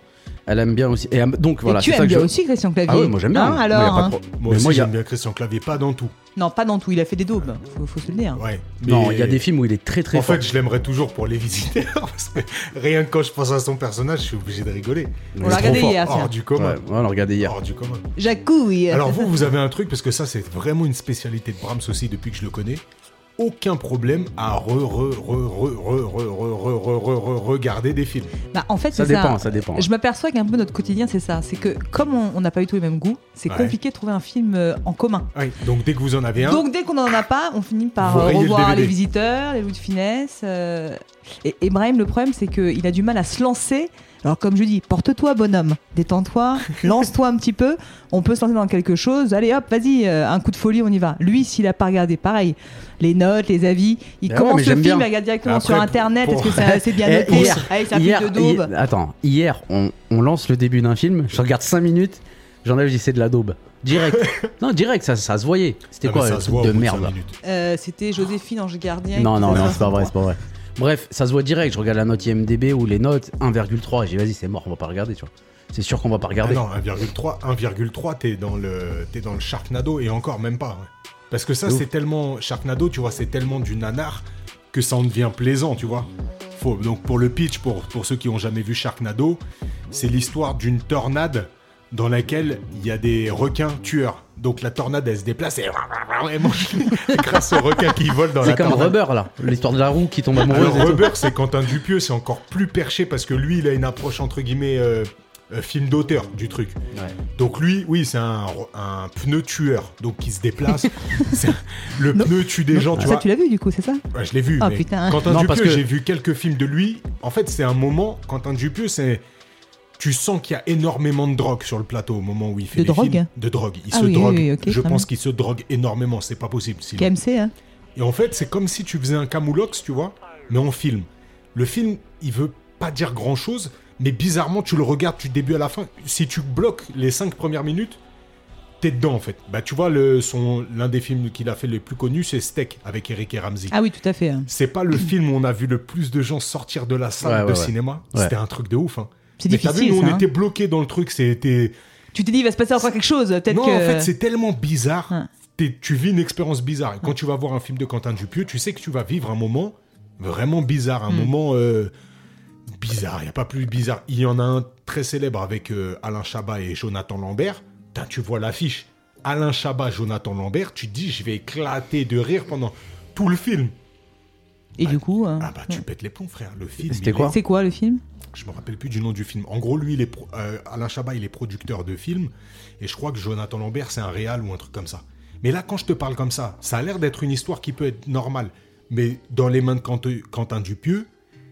S2: elle aime bien aussi. Et elle- donc voilà,
S3: Et tu
S2: c'est
S3: aimes
S2: ça que
S3: bien
S2: je-
S3: aussi Christian Clavier.
S2: Ah ouais, moi j'aime bien.
S3: Hein,
S2: Moi, y a
S3: alors,
S2: pas de
S3: hein.
S2: pro-
S1: Moi
S2: mais
S1: aussi,
S2: moi, y a-
S1: j'aime bien Christian Clavier, pas dans tout.
S3: Non, pas dans tout. Il a fait des daubes. Faut, faut se le dire.
S1: Ouais.
S2: Non,
S1: mais-
S2: il y a des films où il est très très
S1: en
S2: fort.
S1: fait, je l'aimerais toujours pour les visiteurs, parce que rien que quand je pense à son personnage, je suis obligé de rigoler.
S2: On
S1: Il
S2: l'a
S1: est
S3: regardé
S1: trop fort,
S3: hier, tiens.
S1: Hors du commun.
S2: Ouais, on l'a regardé hier.
S1: Hors du commun.
S3: Jacouille.
S1: Alors vous, vous avez un truc, parce que ça, c'est vraiment une spécialité de Brahms aussi depuis que je le connais. Aucun problème à re, re, re, re, re, re, re, re, re, re, re- regarder des films.
S3: Bah, en fait,
S2: Ça
S3: c'est
S2: dépend, ça dépend.
S3: Je m'aperçois qu'un peu notre quotidien, c'est ça. C'est que comme on on n'a pas du tout les mêmes goûts, c'est
S1: Ouais.
S3: compliqué de trouver un film euh, en commun.
S1: Donc dès que vous en avez un, ah,
S3: Donc dès qu'on n'en a pas, on finit par
S1: Hein Vous
S3: euh,
S1: rayez le
S3: revoir
S1: DVD.
S3: les visiteurs, les loups de finesse. euh, Et et Brahim, le problème, c'est qu'il a du mal à se lancer. Alors comme je dis, porte-toi bonhomme, détends-toi, lance-toi un petit peu. On peut se lancer dans quelque chose. Allez hop, vas-y, euh, un coup de folie, on y va. Lui, s'il a pas regardé, pareil, les notes, les avis, il
S2: Ah ouais,
S3: commence
S2: mais
S3: le
S2: j'aime
S3: film,
S2: bien.
S3: il regarde directement
S1: Après,
S3: sur Internet.
S1: pour-
S3: Est-ce que ça- c'est bien
S2: Eh,
S3: noté
S2: hier-
S3: Allez, ça fait
S2: Hier-
S3: de daube.
S2: hi- attends, hier, on, on lance le début d'un film, je regarde 5 minutes, J'enlève, je dis c'est de la daube. Direct. non, direct, ça, ça se voyait. C'était
S1: Ah,
S2: quoi
S1: mais ça
S2: le
S1: se
S2: truc
S1: voit au
S2: de
S1: bout de
S2: merde
S1: cinq
S2: là
S1: minutes.
S3: Euh, C'était Joséphine Ange Gardien.
S2: Non,
S3: qui
S2: non,
S3: faisait
S2: non,
S3: ça
S2: c'est pas
S3: sans
S2: vrai,
S3: moi.
S2: c'est pas vrai. Bref, ça se voit direct. Je regarde la note IMDB ou les notes 1,3 et j'ai vas-y, c'est mort, on va pas regarder, tu vois. C'est sûr qu'on va pas
S1: Ah
S2: regarder.
S1: non, 1,3, 1,3, t'es dans le, t'es dans le Sharknado et encore même pas. ouais. Parce que ça,
S2: De ouf.
S1: c'est tellement Sharknado, tu vois, c'est tellement du nanar que ça en devient plaisant, tu vois. Faut, donc pour le pitch, pour, pour ceux qui ont jamais vu Sharknado, c'est l'histoire d'une tornade dans laquelle il y a des requins tueurs. Donc la tornade, elle se déplace et elle mange grâce aux requins qui volent dans la
S2: c'est comme
S1: tornade.
S2: Rubber là, l'histoire de la roue qui tombe amoureuse.
S1: Alors,
S2: et tout.
S1: Ah, Rubber, c'est Quentin Dupieux, c'est encore plus perché parce que lui, il a une approche entre guillemets euh, euh, film d'auteur du truc.
S2: Ouais.
S1: Donc lui, oui, c'est un, un pneu tueur, donc qui se déplace. C'est- le pneu tue des gens,
S3: Ah,
S1: tu
S3: Ça,
S1: vois.
S3: tu l'as vu du coup, c'est ça
S1: Ouais, je l'ai vu.
S3: Ah,
S1: mais
S3: putain.
S1: Quentin
S2: Non, parce
S1: Dupieux,
S2: que-
S1: j'ai vu quelques films de lui. En fait, c'est un moment. Quentin Dupieux, c'est tu sens qu'il y a énormément de drogue sur le plateau au moment où il
S3: De
S1: fait les
S3: drogue
S1: films. De drogue. Il
S3: Ah
S1: se
S3: oui,
S1: drogue.
S3: oui, oui, ok,
S1: je
S3: très
S1: pense
S3: bien.
S1: qu'il se drogue énormément. C'est pas possible. sinon.
S3: KMC, hein
S1: Et en fait, c'est comme si tu faisais un camoulox, tu vois, mais en film. Le film, il veut pas dire grand chose, mais bizarrement, tu le regardes du début à la fin. Si tu bloques les cinq premières minutes, t'es dedans, en fait. Bah, tu vois, le, son, l'un des films qu'il a fait les plus connus, c'est Steak avec Eric et Ramsey.
S3: Ah oui, tout à fait. hein.
S1: C'est pas le film où on a vu le plus de gens sortir de la salle
S2: Ouais,
S1: de
S2: ouais, ouais.
S1: cinéma.
S2: Ouais.
S1: C'était un truc de ouf. Hein.
S3: C'est
S1: Mais t'as vu,
S3: difficile,
S1: nous,
S3: ça,
S1: on
S3: hein.
S1: était bloqués dans le truc. C'était.
S3: Tu t'es dit, il va se passer encore quelque chose. Peut-être
S1: Non,
S3: que.
S1: en fait, c'est tellement bizarre.
S3: Hein.
S1: T'es- Tu vis une expérience bizarre. Et quand tu vas voir un film de Quentin Dupieux, tu sais que tu vas vivre un moment vraiment bizarre,
S3: Hmm.
S1: un moment euh, bizarre. Il n'y a pas plus bizarre. Il y en a un très célèbre avec euh, Alain Chabat et Jonathan Lambert. Putain, tu vois l'affiche. Alain Chabat, Jonathan Lambert, tu te dis, je vais éclater de rire pendant tout le film.
S3: Et du coup. hein,
S1: Ah bah, tu
S3: ouais.
S1: pètes les plombs, frère. Le film.
S2: C'était
S1: il
S2: quoi
S3: C'est quoi le film
S1: je me rappelle plus du nom du film. En gros, lui, il est pro- euh, Alain Chabat, il est producteur de films, et je crois que Jonathan Lambert, c'est un réal ou un truc comme ça. Mais là, quand je te parle comme ça, ça a l'air d'être une histoire qui peut être normale, mais dans les mains de Quentin, Quentin Dupieux,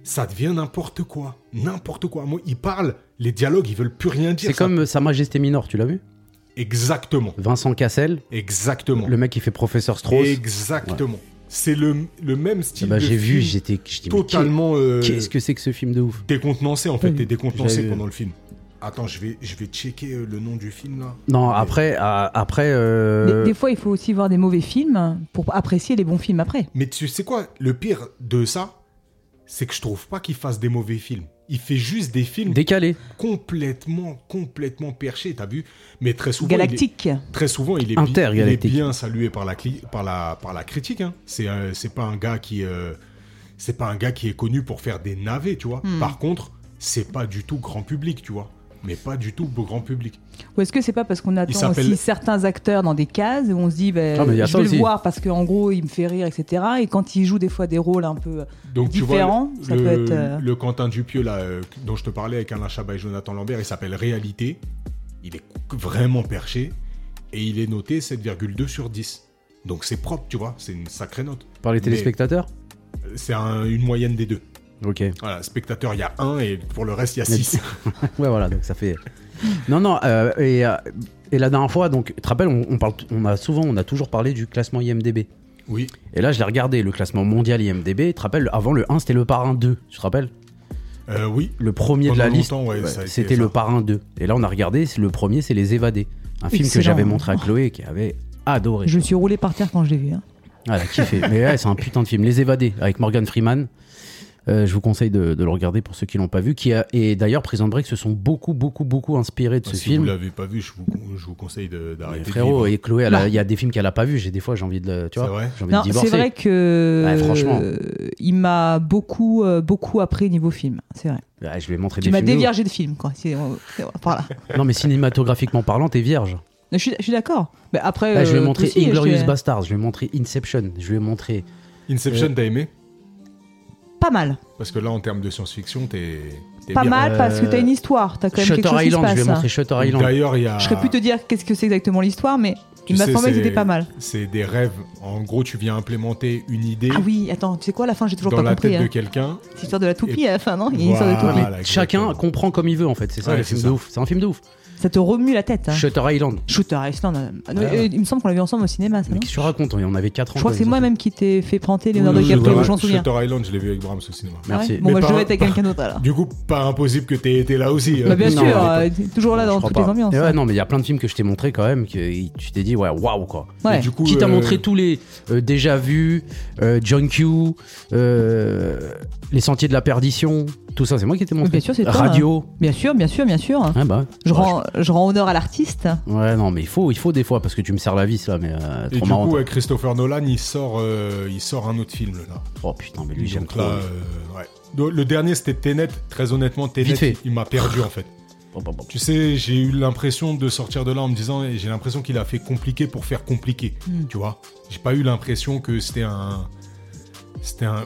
S1: ça devient n'importe quoi, n'importe quoi. Moi, il parle, les dialogues, ils veulent plus rien dire.
S2: C'est
S1: ça-
S2: comme euh, Sa Majesté Minor, tu l'as vu
S1: exactement,
S2: Vincent Cassel,
S1: exactement,
S2: le mec qui fait Professeur Strauss.
S1: exactement. C'est le, le même
S2: Ah
S1: style.
S2: bah,
S1: de
S2: j'ai vu,
S1: film,
S2: j'étais je dis, mais
S1: totalement. euh,
S2: qu'est- Qu'est-ce que c'est que ce film de ouf
S1: décontenancé en fait,
S2: Oui.
S1: t'es décontenancé
S2: J'avais-
S1: pendant le film. Attends, je vais, je vais checker euh, le nom du film là.
S2: Non, après, à- après. euh,
S3: Des- Des fois, il faut aussi voir des mauvais films pour apprécier les bons films après.
S1: Mais tu sais quoi, le pire de ça, c'est que je trouve pas qu'il fasse des mauvais films. Il fait juste des films
S2: décalé.
S1: complètement, complètement perchés, t'as vu Mais très souvent, il est-
S3: Galactique.
S1: très souvent, il est, bi- il est
S2: Intergalactique.
S1: bien salué par la, cli- par la, par la critique. hein. C'est euh, c'est pas un gars qui euh, c'est pas un gars qui est connu pour faire des navets, tu vois. Par contre, c'est pas du tout grand public, tu vois. Mais pas du tout grand public.
S3: Ou est-ce que c'est pas parce qu'on attend
S1: s'appelle-
S3: aussi certains acteurs dans des cases où on se dit, ben,
S2: Ah, mais il y a
S3: je
S2: ça
S3: vais
S2: aussi.
S3: le voir parce qu'en gros, il me fait rire, etc. Et quand il joue des fois des rôles un peu.
S1: Donc
S3: différent,
S1: tu vois,
S3: ça
S1: le,
S3: peut être, euh,
S1: le Quentin Dupieux là, euh, dont je te parlais avec Alain Chabat et Jonathan Lambert, il s'appelle Réalité. Il est vraiment perché et il est noté 7,2 sur 10. Donc c'est propre, tu vois, c'est une sacrée note.
S2: Par les
S1: Mais-
S2: téléspectateurs
S1: C'est un- une moyenne des deux.
S2: Ok. Ouais,
S1: Voilà, spectateur, il y a 1 et pour le reste, il y a
S2: Mais-
S1: 6.
S2: voilà, donc ça fait. Non, non, euh, et, euh, et la dernière fois, donc, tu te rappelles, on, on parle, on a souvent, on a toujours parlé du classement IMDB.
S1: oui.
S2: Et là, je l'ai regardé, le classement mondial IMDB. Tu te rappelles, avant le 1, c'était le parrain 2. Tu te rappelles
S1: Euh, oui.
S2: Le premier de la
S1: Pendant
S2: liste,
S1: longtemps, ouais,
S2: ouais,
S1: ça a été
S2: c'était
S1: ça.
S2: le parrain 2. Et là, on a regardé, c'est- le premier, c'est Les Évadés. Un film que
S3: Excellent.
S2: j'avais montré à Chloé qui avait adoré.
S3: Je me suis roulé par terre quand je l'ai vu. hein.
S2: Ah, elle a kiffé. Mais ouais, c'est un putain de film. Les Évadés, avec Morgan Freeman. Euh, je vous conseille de, de le regarder pour ceux qui l'ont pas vu. Qui a- et d'ailleurs, Prison Break se sont beaucoup, beaucoup, beaucoup inspirés de ce
S1: si vous
S2: film.
S1: l'avez pas vu, je vous, je vous conseille de-
S2: Mais
S1: d'arrêter. de
S2: frérot,
S1: vivre.
S2: et Chloé, elle a- il y a des films qu'elle a pas vu. J'ai des fois, j'ai envie de, le- tu
S1: C'est
S2: vois,
S1: vrai
S2: j'ai envie
S3: Bah. Non,
S2: de
S3: c'est
S2: divorcer.
S3: vrai que.
S2: Ouais, franchement.
S3: euh, il m'a beaucoup, euh, beaucoup appris niveau film. C'est vrai.
S2: Ouais, Bah, je lui ai montré
S3: Tu
S2: des
S3: m'as
S2: films. de
S3: déviergé de film, quoi. C'est c'est- par là.
S2: ouf. Non, mais cinématographiquement parlant, t'es vierge.
S3: Je suis, je suis d'accord. Mais après.
S2: Là, je lui ai
S3: euh,
S2: montré
S3: aussi,
S2: Inglorious
S3: je-
S2: Bastards. Je lui ai montré Inception. Je lui ai montré.
S1: Inception, t'as aimé
S3: Pas mal.
S1: Parce que là, en termes de science-fiction, t'es. t'es
S3: Pas
S1: bien.
S3: mal
S2: Euh,
S3: parce que t'as une histoire. T'as quand même quelque
S2: Shutter
S3: chose
S2: Island.
S3: qui
S2: Je
S3: se
S2: lui ai
S3: passe. hein.
S2: montré Shutter Island.
S1: D'ailleurs, il y a.
S3: Je serais plus te dire qu'est-ce que c'est exactement l'histoire, mais
S1: Tu
S3: il m'a
S1: sais,
S3: semblé que
S1: c'est-
S3: c'était pas mal.
S1: C'est des rêves. En gros, tu viens implémenter une idée
S3: Ah oui, attends, tu sais quoi, à la fin, j'ai toujours
S1: dans
S3: pas
S1: la
S3: compris.
S1: tête de
S3: hein.
S1: quelqu'un.
S3: C'est l'histoire de la toupie
S1: Et-
S3: à la fin, non Il y a une histoire de
S1: Voilà,
S3: toupie.
S1: exactement.
S2: Chacun comprend comme il veut en fait, c'est ça
S1: Ouais,
S2: le
S1: c'est
S2: film
S1: ça.
S2: de ouf. C'est un film de ouf.
S3: Ça ça te remue la tête. hein.
S2: Shutter Island.
S3: Shooter Island. euh, non,
S2: Ouais, ouais.
S3: euh, Il me semble qu'on l'a vu ensemble au cinéma, ça,
S2: Mais
S3: non
S2: qu'est-ce que tu racontes On avait 4 ans.
S3: Je crois que c'est
S2: quand ils ont
S3: moi-même qui t'ai fait prenter les
S1: Oui,
S3: de
S1: Euh, Shutter
S3: Caprio, je m'en
S1: Island-
S3: souviens.
S1: Shutter Island, je l'ai vu avec Brahms au cinéma.
S2: fait- Merci.
S3: Ouais. Bon,
S1: Mais
S3: bah, je
S1: par-
S3: vais être avec quelqu'un d'autre alors.
S1: Du coup, pas impossible que t'aies été là aussi. euh.
S3: Bah, bien
S2: Non,
S3: sûr,
S2: on
S3: euh, toujours là
S2: Je
S3: dans
S2: crois
S3: toutes les
S2: pas.
S3: ambiances.
S2: Et ouais,
S3: hein.
S2: non, mais il y a plein de films que je t'ai montré quand même que il- tu t'es dit ouais, waouh quoi.
S3: Ouais.
S1: Et du coup,
S2: Qui t'a
S1: euh,
S2: montré tous les euh, déjà vus, euh, John Q, euh, les sentiers de la perdition, tout ça, c'est moi qui t'ai montré.
S3: bien sûr, c'est toi, hein.
S2: Radio.
S3: Bien sûr, bien sûr, bien sûr.
S2: Ah bah.
S3: Je
S2: ouais,
S3: rends, je rends honneur à l'artiste.
S2: je- Ouais, non, mais il faut, il faut des fois parce que tu me sers la vis là, mais euh,
S1: Et
S2: trop
S1: du
S2: marrant.
S1: coup,
S2: toi.
S1: ouais, Christopher Nolan, il sort, euh, il sort un autre film là.
S2: Oh putain, mais lui j'aime
S1: Donc
S2: trop.
S1: là, euh, ouais. Donc, Le dernier, c'était Tenet. Très honnêtement,
S2: Vite
S1: Tenet,
S2: fait.
S1: il m'a perdu en fait.
S2: Bon, bon, bon.
S1: Tu sais, j'ai eu l'impression de sortir de là en me disant, et j'ai l'impression qu'il a fait compliqué pour faire compliqué.
S3: Mm.
S1: Tu vois, j'ai pas eu l'impression que c'était un, c'était un.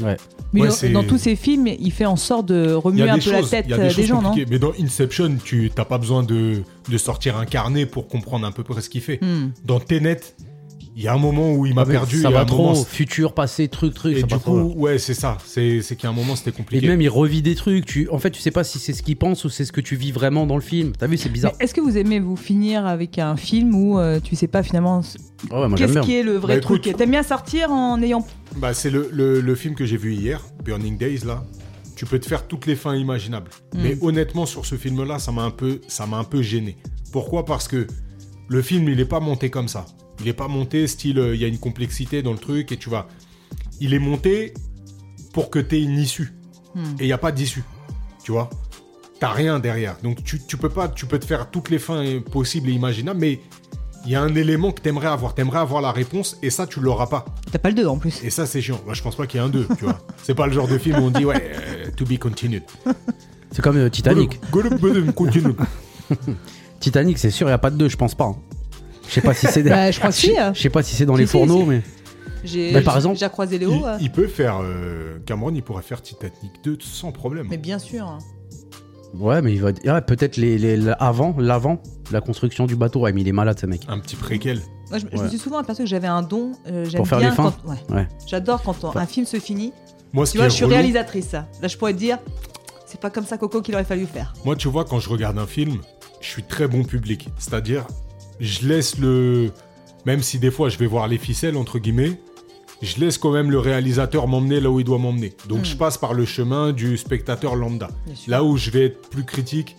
S2: Ouais.
S3: Mais
S1: Ouais,
S3: dans-
S1: c'est-
S3: dans, tous ses films, il fait en sorte de
S1: Il y
S3: remuer
S1: a
S3: un
S1: des
S3: peu la
S1: choses,
S3: tête
S1: il y a
S3: euh,
S1: des
S3: des,
S1: choses
S3: gens, non
S1: compliquées. Mais dans Inception, tu t'as pas besoin de, de sortir un carnet pour comprendre un peu près ce qu'il fait.
S3: Hmm.
S1: Dans Tenet, il y a un moment où il m'a
S2: Ah, mais
S1: perdu.
S2: Ça
S1: et à
S2: va
S1: un
S2: trop.
S1: moment,
S2: Futur, passé, truc, truc.
S1: Et
S2: ça
S1: du
S2: va trop, là.
S1: coup, ouais, c'est ça. C'est c'est qu'à un moment, c'était
S2: Et
S1: compliqué.
S2: même il revit des trucs. Tu, en fait, tu sais pas si c'est ce qu'il pense ou c'est ce que tu vis vraiment dans le film. T'as vu, c'est bizarre.
S3: Mais Est-ce que vous aimez vous finir avec un film où euh, tu sais pas finalement ce-
S2: Ah Ouais, ouais, moi j'aime
S3: qu'est-ce
S2: bien.
S3: qui est le vrai
S1: Bah, écoute.
S3: truc T'aimes bien sortir en ayant.
S1: Bah, c'est le, le- le film que j'ai vu hier, Burning Days, là. Tu peux te faire toutes les fins imaginables.
S3: Mm.
S1: Mais honnêtement, sur ce film-là, ça m'a un peu, ça m'a un peu gêné. Pourquoi Parce que le film, il est pas monté comme ça. Il est pas monté style, euh, il y a une complexité dans le truc et tu vas. Il est monté pour que tu aies une issue.
S3: Hmm.
S1: Et il n'y a pas d'issue. Tu vois T'as rien derrière. Donc tu, tu peux pas, tu peux te faire toutes les fins euh, possibles et imaginables, mais il y a un élément que t'aimerais avoir. T'aimerais avoir la réponse et ça, tu l'auras pas.
S3: T'as pas le 2 en plus.
S1: Et ça, c'est chiant. Moi, je pense pas qu'il y ait un 2, tu vois. C'est pas le genre de film où on dit, ouais, euh, to be continued.
S2: C'est comme euh, Titanic.
S1: Golub, golub, continued.
S2: Titanic, c'est sûr, il y a pas de deux, je pense pas. hein. Je sais pas si c'est.
S3: Bah, je crois que si,
S2: Je-
S3: euh.
S2: Je sais pas si c'est dans
S3: Si,
S2: les
S3: si,
S2: fourneaux,
S3: si.
S2: mais.
S3: J'ai
S2: Mais Bah, par
S3: j'ai-
S2: exemple,
S3: j'ai croisé
S1: Il,
S3: Léo. euh,
S1: il peut faire. euh, Cameron, il pourrait faire Titanic 2 sans problème.
S3: Mais bien sûr. hein.
S2: Ouais, mais il va. ouais, peut-être les, les- la- avant, l'avant, la construction du bateau. Ouais, mais il est malade, ce mec.
S1: Un petit préquel.
S3: Moi, je, je
S2: Ouais.
S3: me suis souvent aperçu que j'avais un don. euh, J'aime
S2: Pour faire
S3: bien
S2: les fins
S3: quand. ouais.
S2: Ouais.
S3: J'adore quand on- un film se finit.
S1: Moi, Bah, ce
S3: Tu
S1: qui
S3: vois,
S1: est
S3: je suis
S1: relou-
S3: réalisatrice. ça. Là, je pourrais te dire, c'est pas comme ça, Coco, qu'il aurait fallu faire.
S1: Moi, tu vois, quand je regarde un film, je suis très bon public. C'est-à-dire, je laisse le. Même si des fois je vais voir les ficelles, entre guillemets, je laisse quand même le réalisateur m'emmener là où il doit m'emmener. Donc,
S3: Mm.
S1: je passe par le chemin du spectateur lambda.
S3: Bien sûr.
S1: Là où je vais être plus critique,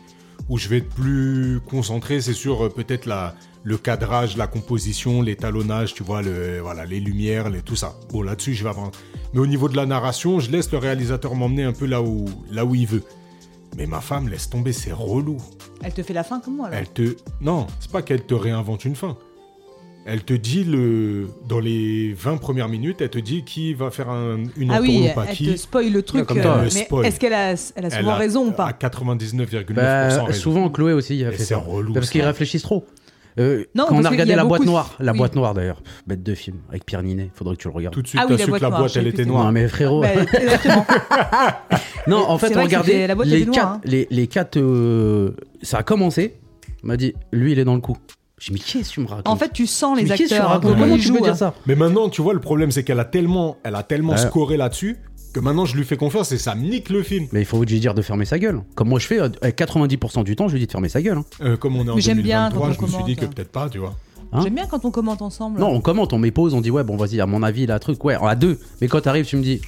S1: où je vais être plus concentré, c'est sur euh, peut-être la, le cadrage, la composition, l'étalonnage, tu vois, le, voilà, les lumières, les, tout ça. Bon, là-dessus, je vais avancer. Mais au niveau de la narration, je laisse le réalisateur m'emmener un peu là où, là où il veut. Mais ma femme, laisse tomber, c'est relou.
S3: Elle te fait la fin comme moi, alors.
S1: Elle te. Non, c'est pas qu'elle te réinvente une fin. Elle te dit le. Dans les 20 premières minutes, elle te dit qui va faire un- une
S3: Ah
S1: entourloupe
S3: oui,
S1: à
S3: elle
S1: qui.
S3: te spoil le truc.
S2: comme toi,
S3: euh,
S1: elle
S3: mais
S1: spoil.
S3: est-ce qu'elle a, elle a souvent
S1: a-
S3: raison ou pas
S1: À 99,9%
S2: Bah,
S1: raison.
S2: souvent, Chloé aussi a
S1: Et
S2: fait
S1: c'est
S2: ça.
S1: relou.
S2: Parce
S1: ça.
S2: qu'ils réfléchissent trop. Euh,
S3: Non, parce
S2: quand on
S3: qu'il y
S2: a
S3: a
S2: regardé La
S3: beaucoup
S2: Boîte
S3: de-
S2: Noire, La
S3: oui.
S2: Boîte Noire d'ailleurs, Pff, bête de film, avec Pierre Ninet, faudrait que tu le regardes.
S1: Tout de suite,
S3: Ah oui,
S1: t'as
S3: la
S1: su que
S3: boîte
S1: la
S3: noire,
S1: boîte,
S3: je
S1: elle
S3: sais
S1: était
S3: plus,
S1: noire.
S2: Non, mais frérot,
S3: Bah, exactement.
S2: Non, en
S3: C'est
S2: fait,
S3: vrai
S2: on
S3: que
S2: regardait
S3: c'était- la boîte
S2: les
S3: était noire,
S2: quatre.
S3: hein.
S2: Les, les quatre euh, ça a commencé. On m'a dit, lui, il est dans le coup. J'ai dit, mais qu'est-ce que tu me racontes
S3: en fait, tu sens
S2: Mais
S3: les
S2: qu'est-ce que tu
S3: acteurs.
S2: racontes
S3: comment
S2: Comment
S3: ils
S2: tu peux
S3: jouent,
S2: dire
S3: hein.
S2: ça
S1: Mais maintenant, tu vois, le problème, c'est qu'elle a tellement, elle a tellement
S2: Ouais.
S1: scoré là-dessus que maintenant, je lui fais confiance et ça me nique le film.
S2: Mais il faut lui dire de fermer sa gueule. Comme moi je fais, euh, 90% du temps, je lui dis de fermer sa gueule. hein.
S1: Euh, comme on est en
S3: Mais j'aime bien
S1: 2023,
S3: quand on
S1: je me suis dit que
S3: commente.
S1: peut-être pas, tu vois.
S2: Hein
S3: J'aime bien quand on commente ensemble.
S2: Non, on commente, on met pause, on dit ouais, bon, vas-y, à mon avis, là, truc, ouais, à deux. Mais quand t'arrives, tu me dis,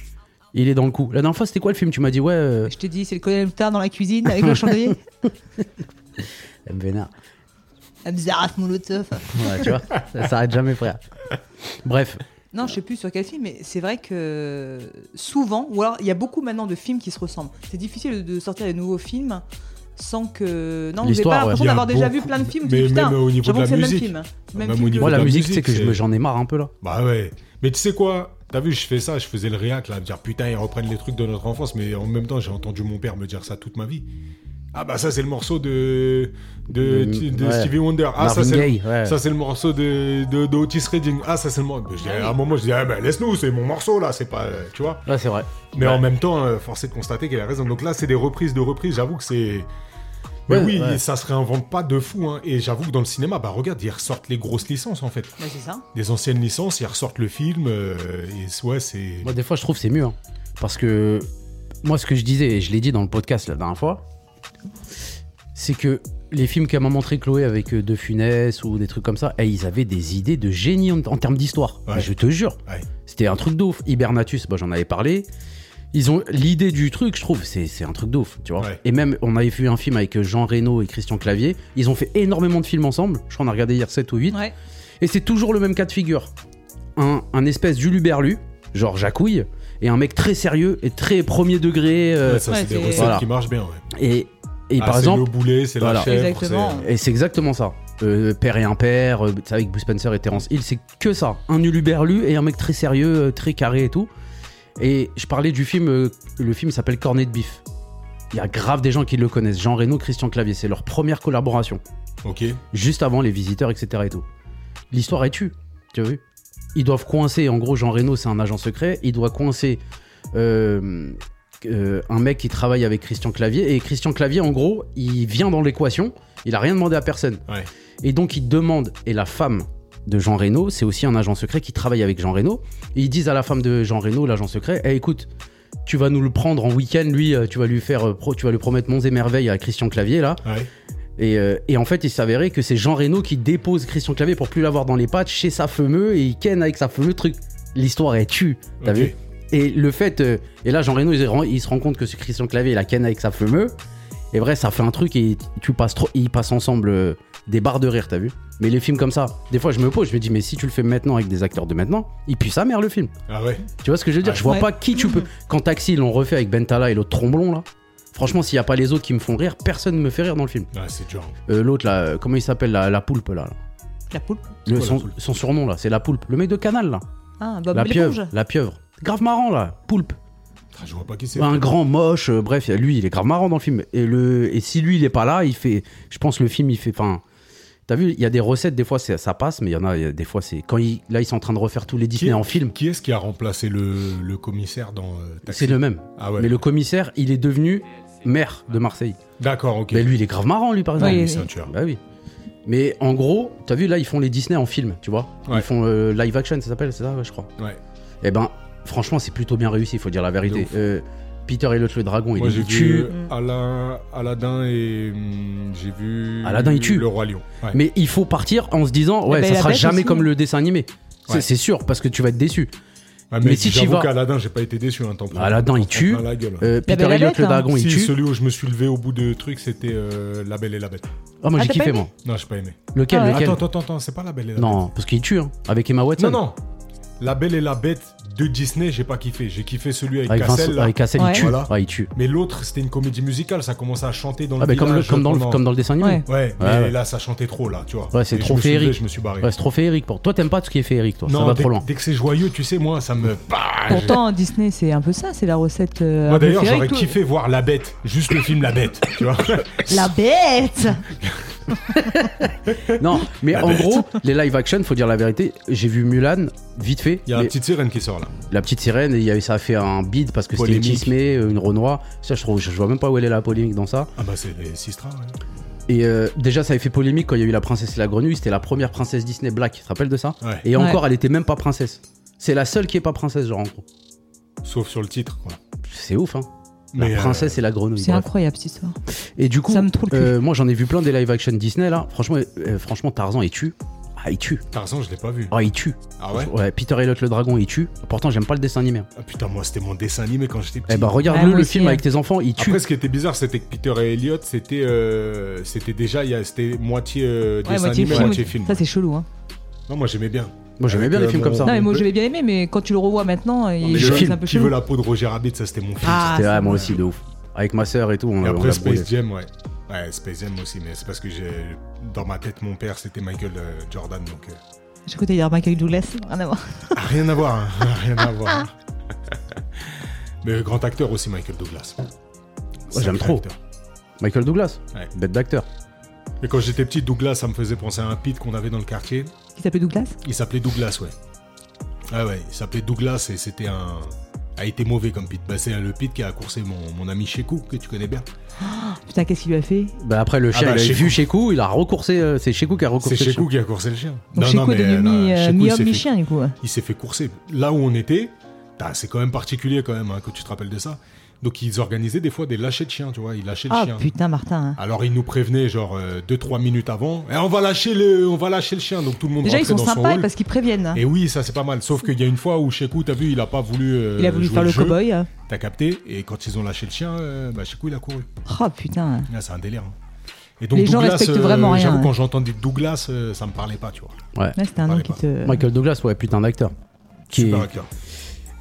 S2: il est dans le coup. La dernière fois, c'était quoi le film Tu m'as dit, ouais, euh,
S3: Je t'ai dit, c'est le colonel Tard dans la cuisine avec le chandelier.
S2: elle me vénère.
S3: Abzaraf Molotov.
S2: Ouais, tu vois, ça s'arrête jamais, frère. Bref,
S3: Non, je sais plus sur quel film, mais c'est vrai que souvent, ou alors il y a beaucoup maintenant de films qui se ressemblent. C'est difficile de sortir des nouveaux films sans que. Non, j'ai pas
S2: L'histoire, ouais.
S3: l'impression
S1: Il y a
S3: d'avoir déjà
S1: beaucoup-
S3: vu plein de films.
S1: mais
S3: tu dis, putain,
S1: même au niveau
S3: j'avoue
S1: de
S3: que
S1: la
S3: c'est le
S1: musique.
S3: Même film. C'est le
S1: Même au
S3: film
S1: niveau
S2: moi,
S1: de
S2: la,
S1: la
S2: musique,
S1: musique,
S2: c'est que je
S1: c'est-
S2: me- j'en ai marre un peu là.
S1: Bah ouais. Mais tu sais quoi T'as vu, je fais ça, je faisais le réac là, me dire putain, ils reprennent les trucs de notre enfance, mais en même temps, j'ai entendu mon père me dire ça toute ma vie. Ah bah ça c'est le morceau de de,
S2: De-
S1: de
S2: ouais.
S1: Stevie Wonder. Ah
S2: Marvin
S1: ça c'est
S2: Gaye, ouais.
S1: ça c'est le morceau de, de, de Otis Redding. Ah ça c'est le morceau. Je dis, À un moment je dis ah bah laisse-nous, c'est mon morceau là, c'est pas euh, tu vois.
S2: Là, c'est vrai.
S1: Mais
S2: Ouais.
S1: en même temps, euh, force est de constater qu'elle a raison. Donc là, c'est des reprises de reprises. J'avoue que c'est. Mais
S2: Ouais,
S1: oui,
S2: ouais.
S1: ça se réinvente pas de fou. hein. Et j'avoue que dans le cinéma, bah regarde, ils ressortent les grosses licences en fait.
S3: Bah, c'est ça.
S1: Des anciennes licences, ils ressortent le film. euh, et c- ouais, c'est.
S2: Moi, des fois, je trouve que c'est mieux. hein. Parce que moi, ce que je disais, et je l'ai dit dans le podcast la dernière fois, c'est que les films qu'a montré Chloé avec euh, De Funès ou des trucs comme ça, eh, ils avaient des idées de génie en, en termes d'histoire.
S1: Ouais.
S2: Mais Je te jure.
S1: Ouais.
S2: C'était un truc de ouf. Hibernatus, bah, j'en avais parlé. Ils ont l'idée du truc, je trouve, c'est c'est un truc de ouf, tu vois.
S1: Ouais.
S2: Et même, on avait vu un film avec euh, Jean Reno et Christian Clavier. Ils ont fait énormément de films ensemble. Je crois qu'on a regardé hier 7 ou 8.
S3: Ouais.
S2: Et c'est toujours le même cas de figure. Un, un espèce d'uluberlu, genre Jacouille, et un mec très sérieux et très premier degré. euh,
S1: Ouais, ça,
S3: ouais,
S1: c'est des
S3: c'est-
S1: recettes
S2: Voilà.
S1: qui marchent bien. ouais.
S2: et et
S1: Ah,
S2: par
S1: c'est
S2: exemple,
S1: le boulet, c'est
S2: Voilà.
S1: la chèvre.
S3: Exactement.
S1: c'est-
S2: et c'est exactement ça. Euh, père et impère, euh, c'est avec Bruce Spencer et Terence Hill, c'est que ça. Un uluberlu et un mec très sérieux, euh, très carré et tout. Et je parlais du film, euh, le film s'appelle Cornet de Bif. Il y a grave des gens qui le connaissent. Jean Reno, Christian Clavier, c'est leur première collaboration.
S1: Ok.
S2: Juste avant les visiteurs, etc. et tout. L'histoire est tue, tu as vu Ils doivent coincer, en gros, Jean Reno, c'est un agent secret, il doit coincer euh, euh, un mec qui travaille avec Christian Clavier. Et Christian Clavier, en gros, il vient dans l'équation, il a rien demandé à personne.
S1: Ouais.
S2: Et donc il demande, et la femme de Jean Reno, c'est aussi un agent secret qui travaille avec Jean Reno, et ils disent à la femme de Jean Reno, l'agent secret, Eh, écoute, tu vas nous le prendre en week-end, lui, euh, tu vas lui faire, euh, pro- tu vas lui promettre Monts et Merveilles à Christian Clavier, là.
S1: Ouais.
S2: Et, euh, et en fait, il s'avérait que c'est Jean Reno qui dépose Christian Clavier pour plus l'avoir dans les pattes chez sa femeux, et il ken avec sa femeux truc. L'histoire est tue, t'as
S1: Ok.
S2: vu et le fait, euh, et là Jean Reno il, se rend- il se rend compte que ce Christian Clavier il la ken avec sa fumeux. Et vrai, ça fait un truc et tu passes trop, ils passent ensemble euh, des barres de rire, t'as vu Mais les films comme ça, des fois je me pose, je me dis mais si tu le fais maintenant avec des acteurs de maintenant, il pue sa mère le film.
S1: Ah ouais.
S2: Tu vois ce que je veux dire Je vois
S3: Ouais.
S2: pas qui tu peux. Quand Taxi ils l'ont refait avec Bentala et l'autre Tromblon là. Franchement, s'il y a pas les autres qui me font rire, personne ne me fait rire dans le film.
S1: Ah, c'est dur.
S2: Euh, l'autre là, euh, comment il s'appelle la, la poulpe là, là
S3: La poule.
S2: Le-
S1: quoi, la
S2: son,
S1: poulpe
S2: son surnom là, c'est la poulpe. Le mec de Canal là,
S3: Ah, Bob
S2: la
S3: l'éponge.
S2: pieuvre, la pieuvre. Grave marrant là, poulpe.
S1: Ah, Je vois pas qui c'est.
S2: Ouais, un grand moche, euh, bref, lui il est grave marrant dans le film. Et, le, et si lui il est pas là, il fait. Je pense le film il fait. Enfin, t'as vu, il y a des recettes, des fois c'est- ça passe, mais il y en a, il y a des fois c'est. Quand il, là ils sont en train de refaire tous les Disney
S1: est-
S2: en film,
S1: Qui est-ce qui a remplacé le, le commissaire dans euh, Taxi
S2: c'est le même.
S1: Ah ouais.
S2: Mais le commissaire il est devenu maire de Marseille.
S1: D'accord, ok.
S2: Mais lui il est grave marrant lui par exemple.
S3: Oui,
S1: Lui,
S3: oui.
S1: c'est un tueur.
S2: Bah oui. Mais en gros, t'as vu là ils font les Disney en film, tu vois.
S1: Ouais.
S2: Ils font euh, live action, ça s'appelle, c'est ça, ouais, je crois.
S1: Ouais.
S2: Et ben, franchement c'est plutôt bien réussi, il faut dire la
S1: De
S2: vérité.
S1: ouf.
S2: Euh, Peter et l'autre le dragon, il
S1: Moi,
S2: est
S1: j'ai
S2: tue.
S1: vu euh, Alain, Aladdin et. hum, J'ai vu.
S2: Aladdin, il tue.
S1: Le Roi Lion. Ouais.
S2: Mais il faut partir en se disant, ouais,
S3: Eh ben,
S2: ça
S3: la
S2: sera
S3: bête
S2: jamais
S3: aussi.
S2: comme le dessin animé. C'est
S1: Ouais.
S2: c'est sûr, parce que tu vas être déçu.
S1: Ah,
S2: mais
S1: mais
S2: si
S1: si
S2: t'y
S1: j'avoue
S2: vas-
S1: qu'Aladin, j'ai pas été déçu hein, un temps.
S2: Aladdin, il tue.
S1: La
S3: Eh
S1: gueule.
S2: Euh, Peter
S3: Belle et la
S2: Elliott,
S3: Bête,
S2: le
S3: hein.
S2: dragon, il
S1: si,
S2: tue.
S1: celui où je me suis levé au bout de truc, c'était euh, La Belle et la Bête.
S2: Ah, moi
S3: Ah,
S2: j'ai
S3: t'as
S2: kiffé,
S3: pas
S2: moi.
S1: Non, j'ai pas aimé.
S2: Lequel,
S3: Ah ouais.
S2: lequel
S1: Attends, attends, attends, c'est pas La Belle et la Bête.
S2: Non, parce qu'il tue, hein, avec Emma Watson.
S1: Non, non. La Belle et la Bête de Disney, j'ai pas kiffé. J'ai kiffé celui avec,
S2: Avec Vincent-
S1: Cassel. là.
S2: avec Cassel,
S3: Ouais.
S2: il tue.
S1: Voilà.
S2: Ah, il tue.
S1: Mais l'autre, c'était une comédie musicale. Ça commençait à chanter dans
S2: Ah,
S1: le
S2: bah, comme, le-
S1: village
S2: comme, dans le,
S1: pendant-
S2: comme dans le dessin animé.
S3: Ouais.
S1: Ouais, mais
S2: Ouais, ouais.
S1: là, ça chantait trop, là, tu vois.
S2: Ouais, c'est
S1: Et je
S2: trop
S1: me suis levé,
S2: féerique.
S1: Je me suis barré.
S2: Ouais, c'est trop féerique pour toi. T'aimes pas tout ce qui est féerique, toi.
S1: non,
S2: ça va
S1: dès,
S2: trop loin.
S1: dès que c'est joyeux, tu sais, moi, ça me. Bah, j'ai-
S3: Pourtant, Disney, c'est un peu ça, c'est la recette. euh,
S1: Moi
S3: un peu
S1: d'ailleurs, j'aurais
S3: féerique, tout.
S1: kiffé voir La Bête, juste le film La Bête, tu vois.
S3: La bête
S2: Non,
S1: Ah,
S2: mais en gros, les live action, faut dire la vérité. J'ai vu Mulan, vite fait.
S1: Il y a la
S2: mais
S1: petite sirène qui sort là.
S2: La petite sirène, et il y a, ça a fait un bid parce que c'était une
S1: Polémique.
S2: Disney, une Renoir. Ça, je, trouve, je vois même pas où elle est la polémique dans ça.
S1: Ah bah c'est les Sistra, ouais.
S2: Et euh, déjà, ça avait fait polémique quand il y a eu la princesse et la grenouille. C'était la première princesse Disney Black. Tu te rappelles de ça
S1: Ouais.
S2: Et encore, elle était même pas princesse. C'est la seule qui est pas princesse, genre en gros.
S1: Sauf sur le titre, quoi.
S2: C'est ouf, hein.
S1: Mais,
S2: la
S1: euh,
S2: princesse et la grenouille.
S3: C'est
S2: bref.
S3: incroyable cette histoire.
S2: Et du coup,
S3: Ça me trouve le cul.
S2: euh, moi j'en ai vu plein des live action Disney là. Franchement, euh, franchement Tarzan il tue. Ah, il tue.
S1: Tarzan, je l'ai pas vu.
S2: Ah, il tue.
S1: Ah ouais
S2: Ouais, Peter Elliot le dragon il tue. Pourtant, j'aime pas le dessin animé. hein.
S1: Ah putain, moi c'était mon dessin animé quand j'étais petit.
S2: Eh ben,
S3: Ah,
S2: regarde-le
S3: moi
S2: le
S3: aussi,
S2: film
S3: hein.
S2: avec tes enfants, il tue.
S1: Après, ce qui était bizarre, c'était que Peter et Elliot, c'était euh, c'était déjà, il y a- c'était moitié euh,
S3: Ouais,
S1: dessin
S3: moitié
S1: animé,
S3: film.
S1: moitié film.
S3: Ça, c'est chelou. Hein.
S1: Non, moi j'aimais bien.
S2: moi j'aimais bien
S1: Avec,
S2: les
S1: euh,
S2: films comme
S1: mon-
S2: ça.
S3: Non, mais moi,
S1: peut-
S3: j'avais bien aimé, mais quand tu le revois maintenant,
S1: Non, mais
S3: il
S1: le
S2: je-
S3: c'est
S1: film
S3: un peu
S1: Qui
S3: chelou.
S1: veut la peau de Roger Rabbit, ça c'était mon film.
S3: Ah,
S2: C'était-
S3: c'est
S2: ah, moi
S3: vrai.
S2: aussi de ouf. Avec ma sœur et tout, on
S1: Et
S2: a- on
S1: après
S2: a brûlé.
S1: Space Jam, ouais. Ouais, Space Jam aussi, mais c'est parce que j'ai dans ma tête, mon père c'était Michael euh, Jordan, donc. euh,
S3: J'ai écouté hier ah, Michael Douglas, rien à voir.
S1: Ah, Rien à voir, hein. Ah, rien à voir. Mais grand acteur aussi, Michael Douglas. Sacré
S2: j'aime trop.
S1: acteur.
S2: Michael Douglas,
S1: Ouais.
S2: bête d'acteur.
S1: Mais quand j'étais petit, Douglas, ça me faisait penser à un pit qu'on avait dans le quartier.
S3: Qui s'appelait Douglas
S1: Il s'appelait Douglas, ouais. Ah ouais, il s'appelait Douglas et c'était un. A été mauvais comme pit. Bah, c'est le pit qui a coursé mon, mon ami Shekou, que tu connais bien.
S3: Putain, qu'est-ce qu'il lui a fait
S2: Bah après le chien,
S1: Ah bah,
S2: il avait
S1: Shekou.
S2: vu Shekou, il a recoursé. euh, c'est Shekou qui a recoursé.
S1: C'est
S2: le chien.
S1: Shekou qui a coursé le chien.
S3: Donc, chez quoi, devenu
S1: non,
S3: mi- euh,
S1: Shekou, il
S3: mi-homme,
S1: s'est fait-
S3: mi-chien, du coup.
S1: bah, il s'est fait courser. Là où on était, t'as- c'est quand même particulier quand même hein, que tu te rappelles de ça. Donc ils organisaient des fois des lâchers de chiens, tu vois, ils lâchaient le
S3: Ah
S1: chien.
S3: putain, Martin. hein.
S1: Alors ils nous prévenaient genre 2-3 minutes avant, et on va lâcher le, on va lâcher le chien, donc tout le monde
S3: Déjà, ils
S1: rentrait
S3: sont
S1: dans son
S3: sympas
S1: hall.
S3: parce qu'ils préviennent. hein.
S1: Et oui, ça c'est pas mal. Sauf qu'il y a une fois où Shekou, t'as vu, il a pas voulu. euh,
S3: Il a voulu
S1: jouer
S3: faire le
S1: jeu.
S3: cow-boy. hein.
S1: T'as capté Et quand ils ont lâché le chien, euh, bah, Shekou il a couru.
S3: Oh putain. hein.
S1: Là, c'est un délire. hein. Et donc
S3: Les gens
S1: Douglas, euh,
S3: respectent vraiment rien,
S1: J'avoue,
S3: hein.
S1: quand j'entendais Douglas, euh, ça me parlait pas, tu vois.
S2: Ouais.
S3: Là, c'était un
S1: Parlez
S3: nom qui
S1: pas.
S3: te.
S2: Michael Douglas, ouais, putain d'acteur. Qui
S1: Super
S2: est-
S1: acteur.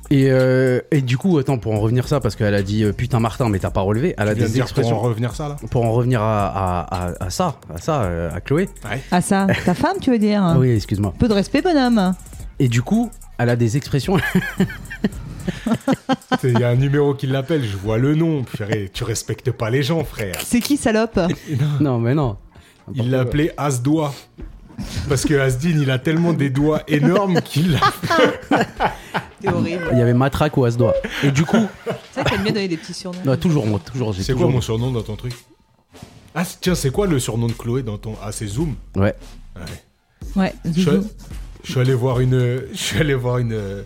S2: Et, euh, et du coup, attends, pour en revenir ça, parce qu'elle a dit euh, putain Martin, mais t'as pas relevé. Elle a
S1: Tu viens de
S2: des
S1: dire pour en
S2: expressions.
S1: revenir ça là
S2: Pour en revenir à, à- à- à ça, à ça, euh, à Chloé.
S3: Ah, ça, ta femme, tu veux dire hein.
S2: Ah oui, excuse-moi.
S3: Peu de respect, bonhomme.
S2: Et du coup, elle a des expressions.
S1: Il y a un numéro qui l'appelle, je vois le nom. Purée, tu respectes pas les gens, frère.
S3: C'est qui, salope
S2: non, mais non.
S1: Il l'a appelé As-Doigt. Parce que Asdin, il a tellement des doigts énormes qu'il l'a.
S3: C'est horrible.
S2: Il y avait matraque ou Asdois. Et du coup,
S3: C'est vrai que t'aimes bien donner des petits surnoms.
S2: non, toujours moi, toujours. j'ai
S1: C'est quoi
S2: toujours-
S1: mon surnom dans ton truc Ah, c- tiens, c'est quoi le surnom de Chloé dans ton. Ah, c'est Zoom
S2: Ouais.
S3: Ouais,
S1: je, suis-
S3: Zouzou.
S1: je suis allé voir une. Je suis allé voir une. euh,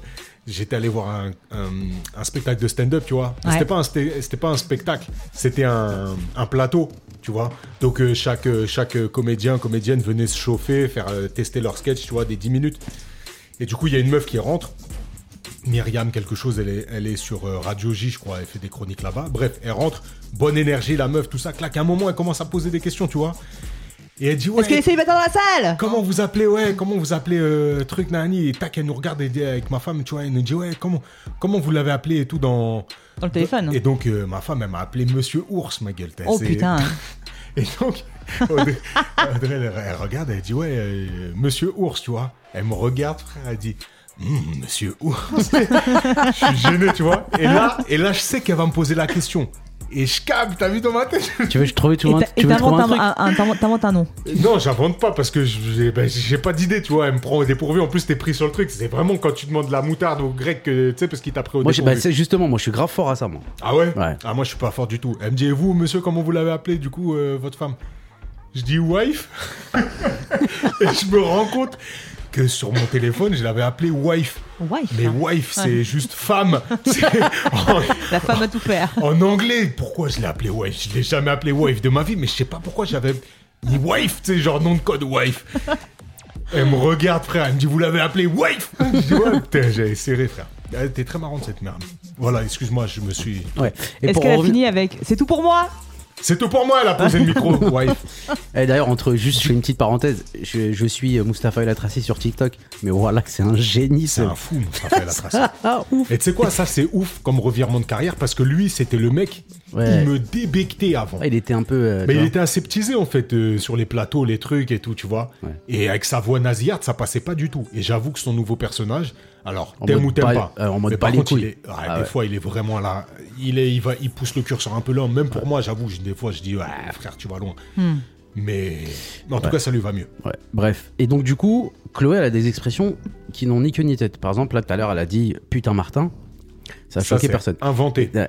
S1: J'étais allé voir un, un- un spectacle de stand-up, tu vois.
S3: Ouais.
S1: C'était pas un sté- c'était pas un spectacle, c'était un, un plateau, tu vois. Donc euh, chaque euh, chaque euh, comédien comédienne venait se chauffer, faire euh, tester leur sketch, tu vois, des 10 minutes. Et du coup, il y a une meuf qui rentre. Myriam quelque chose, elle est, elle est sur euh, Radio J, je crois, elle fait des chroniques là-bas. Bref, elle rentre, bonne énergie, la meuf, tout ça, claque. À un moment, elle commence à poser des questions, tu vois. Et elle dit, ouais,
S3: Est-ce qu'elle essaye de dans la salle
S1: Comment vous appelez, ouais, comment vous appelez euh, truc Nani Et tac, elle nous regarde et dit, avec ma femme, tu vois, elle nous dit, ouais, comment, comment vous l'avez appelé et tout dans.
S3: Dans le téléphone.
S1: Et donc, euh, ma femme, elle m'a appelé Monsieur Ours, ma gueule. t'as-
S3: Oh
S1: c'est-
S3: putain.
S1: Et donc, Audrey, Audrey, elle, elle regarde, elle dit, ouais, euh, Monsieur Ours, tu vois. Elle me regarde, frère, elle dit, Hum, Monsieur Ours. je suis gêné, tu vois. Et là, et là, je sais qu'elle va me poser la question. Et je câble, t'as vu dans ma tête
S2: Tu veux que je trouve, tu veux, un-
S3: Et t'a-
S2: tu
S3: Et
S2: veux que je trouve
S3: t'inventes
S2: un truc
S3: un- un- t'inventes- t'inventes un nom.
S1: Non, j'invente pas parce que j'ai ben, j'ai pas d'idée, tu vois. Elle me prend au dépourvu. En plus, t'es pris sur le truc. C'est vraiment quand tu demandes la moutarde au grec, que, tu sais, parce qu'il t'a pris au
S2: Moi, j'ai- bah,
S1: dépourvu.
S2: c'est justement, moi, je suis grave fort à ça, moi.
S1: ah ouais,
S2: Ouais.
S1: Ah, moi, je suis pas fort du tout. Elle me dit, et vous, monsieur, comment vous l'avez appelé, du coup, euh, votre femme Je dis wife. et je me rends compte que sur mon téléphone, je l'avais appelé wife.
S3: Wife.
S1: Mais wife, c'est juste femme. C'est- en,
S3: La femme à tout faire.
S1: en anglais, pourquoi je l'ai appelé wife Je l'ai jamais appelé wife de ma vie, mais je sais pas pourquoi j'avais mis wife, tu sais, genre nom de code wife. Elle me regarde, frère, elle me dit Vous l'avez appelé wife Je dis Ouais, putain, j'avais serré, frère. Elle était très marrante, cette merde. Voilà, excuse-moi, je me suis.
S2: Ouais. Et
S3: Est-ce
S2: pour
S3: qu'elle
S2: en
S3: a fini
S2: revenir-
S3: avec C'est tout pour moi
S1: C'est tout pour moi, elle a posé le micro, wife.
S2: Eh, d'ailleurs, entre juste, je fais une petite parenthèse. Je, je suis euh, Mustapha El Atrassi sur TikTok, mais voilà que c'est un génie.
S1: C'est
S2: ce-
S1: un fou, mon frère, la trace.
S2: Ah ouf.
S1: Et tu sais quoi, ça c'est ouf comme revirement de carrière parce que lui, c'était le mec,
S2: Ouais.
S1: il me débectait avant.
S2: Ah, il était un peu. euh,
S1: Mais
S2: tu
S1: il
S2: vois.
S1: était aseptisé en fait euh, sur les plateaux, les trucs et tout, tu vois.
S2: Ouais.
S1: Et avec sa voix nasillarde, ça passait pas du tout. Et j'avoue que son nouveau personnage, alors
S2: En
S1: t'aimes
S2: mode
S1: ou t'aimes
S2: pas-
S1: pas,
S2: euh, en mode
S1: Mais
S2: pas
S1: par
S2: les
S1: contre, il
S2: couilles.
S1: est- ouais,
S2: Ah
S1: des
S2: ouais.
S1: fois il est vraiment là, il est, il va, il pousse le curseur un peu loin. Même pour moi, j'avoue, je- des fois je dis ouais, frère, tu vas loin.
S3: Hmm.
S1: Mais mais en tout cas, ça lui va mieux.
S2: Ouais, bref. Et donc, du coup, Chloé, elle a des expressions qui n'ont ni queue ni tête. Par exemple, là, tout à l'heure, elle a dit putain Martin. Ça a
S1: Ça,
S2: choqué
S1: c'est
S2: personne.
S3: Ah,
S1: Inventé.
S2: Ouais. Euh,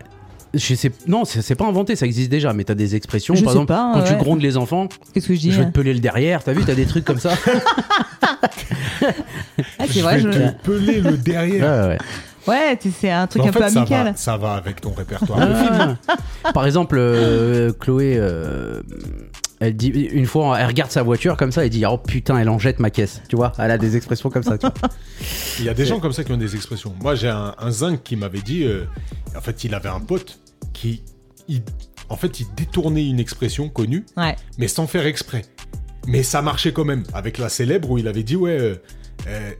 S2: Je sais, non, c'est c'est pas inventé, ça existe déjà, mais t'as des expressions.
S3: Je
S2: par
S3: sais
S2: exemple,
S3: pas,
S2: quand tu
S3: ouais.
S2: grondes les enfants,
S3: Qu'est-ce que je dis
S2: je vais te
S3: hein
S2: peler le derrière, t'as vu, t'as des trucs comme ça. Ouais,
S3: Ah, c'est vrai,
S1: je vais
S3: je-
S1: te peler le derrière.
S2: ouais, ouais.
S3: Ouais, tu- c'est un truc
S1: Mais
S3: un
S1: en
S3: peu
S1: fait, ça
S3: amical.
S1: va, ça va avec ton répertoire.
S2: Ah, Par exemple, euh, Chloé, euh, elle dit une fois, elle regarde sa voiture comme ça, elle dit oh putain, elle en jette ma caisse, tu vois. Elle a des expressions comme ça. Tu vois.
S1: Il y a des gens comme ça qui ont des expressions. Moi, j'ai un, un zinc qui m'avait dit. euh, en fait, il avait un pote qui. il- en fait, il détournait une expression connue,
S3: Ouais.
S1: mais sans faire exprès. Mais ça marchait quand même. Avec la célèbre où il avait dit Ouais, euh, euh,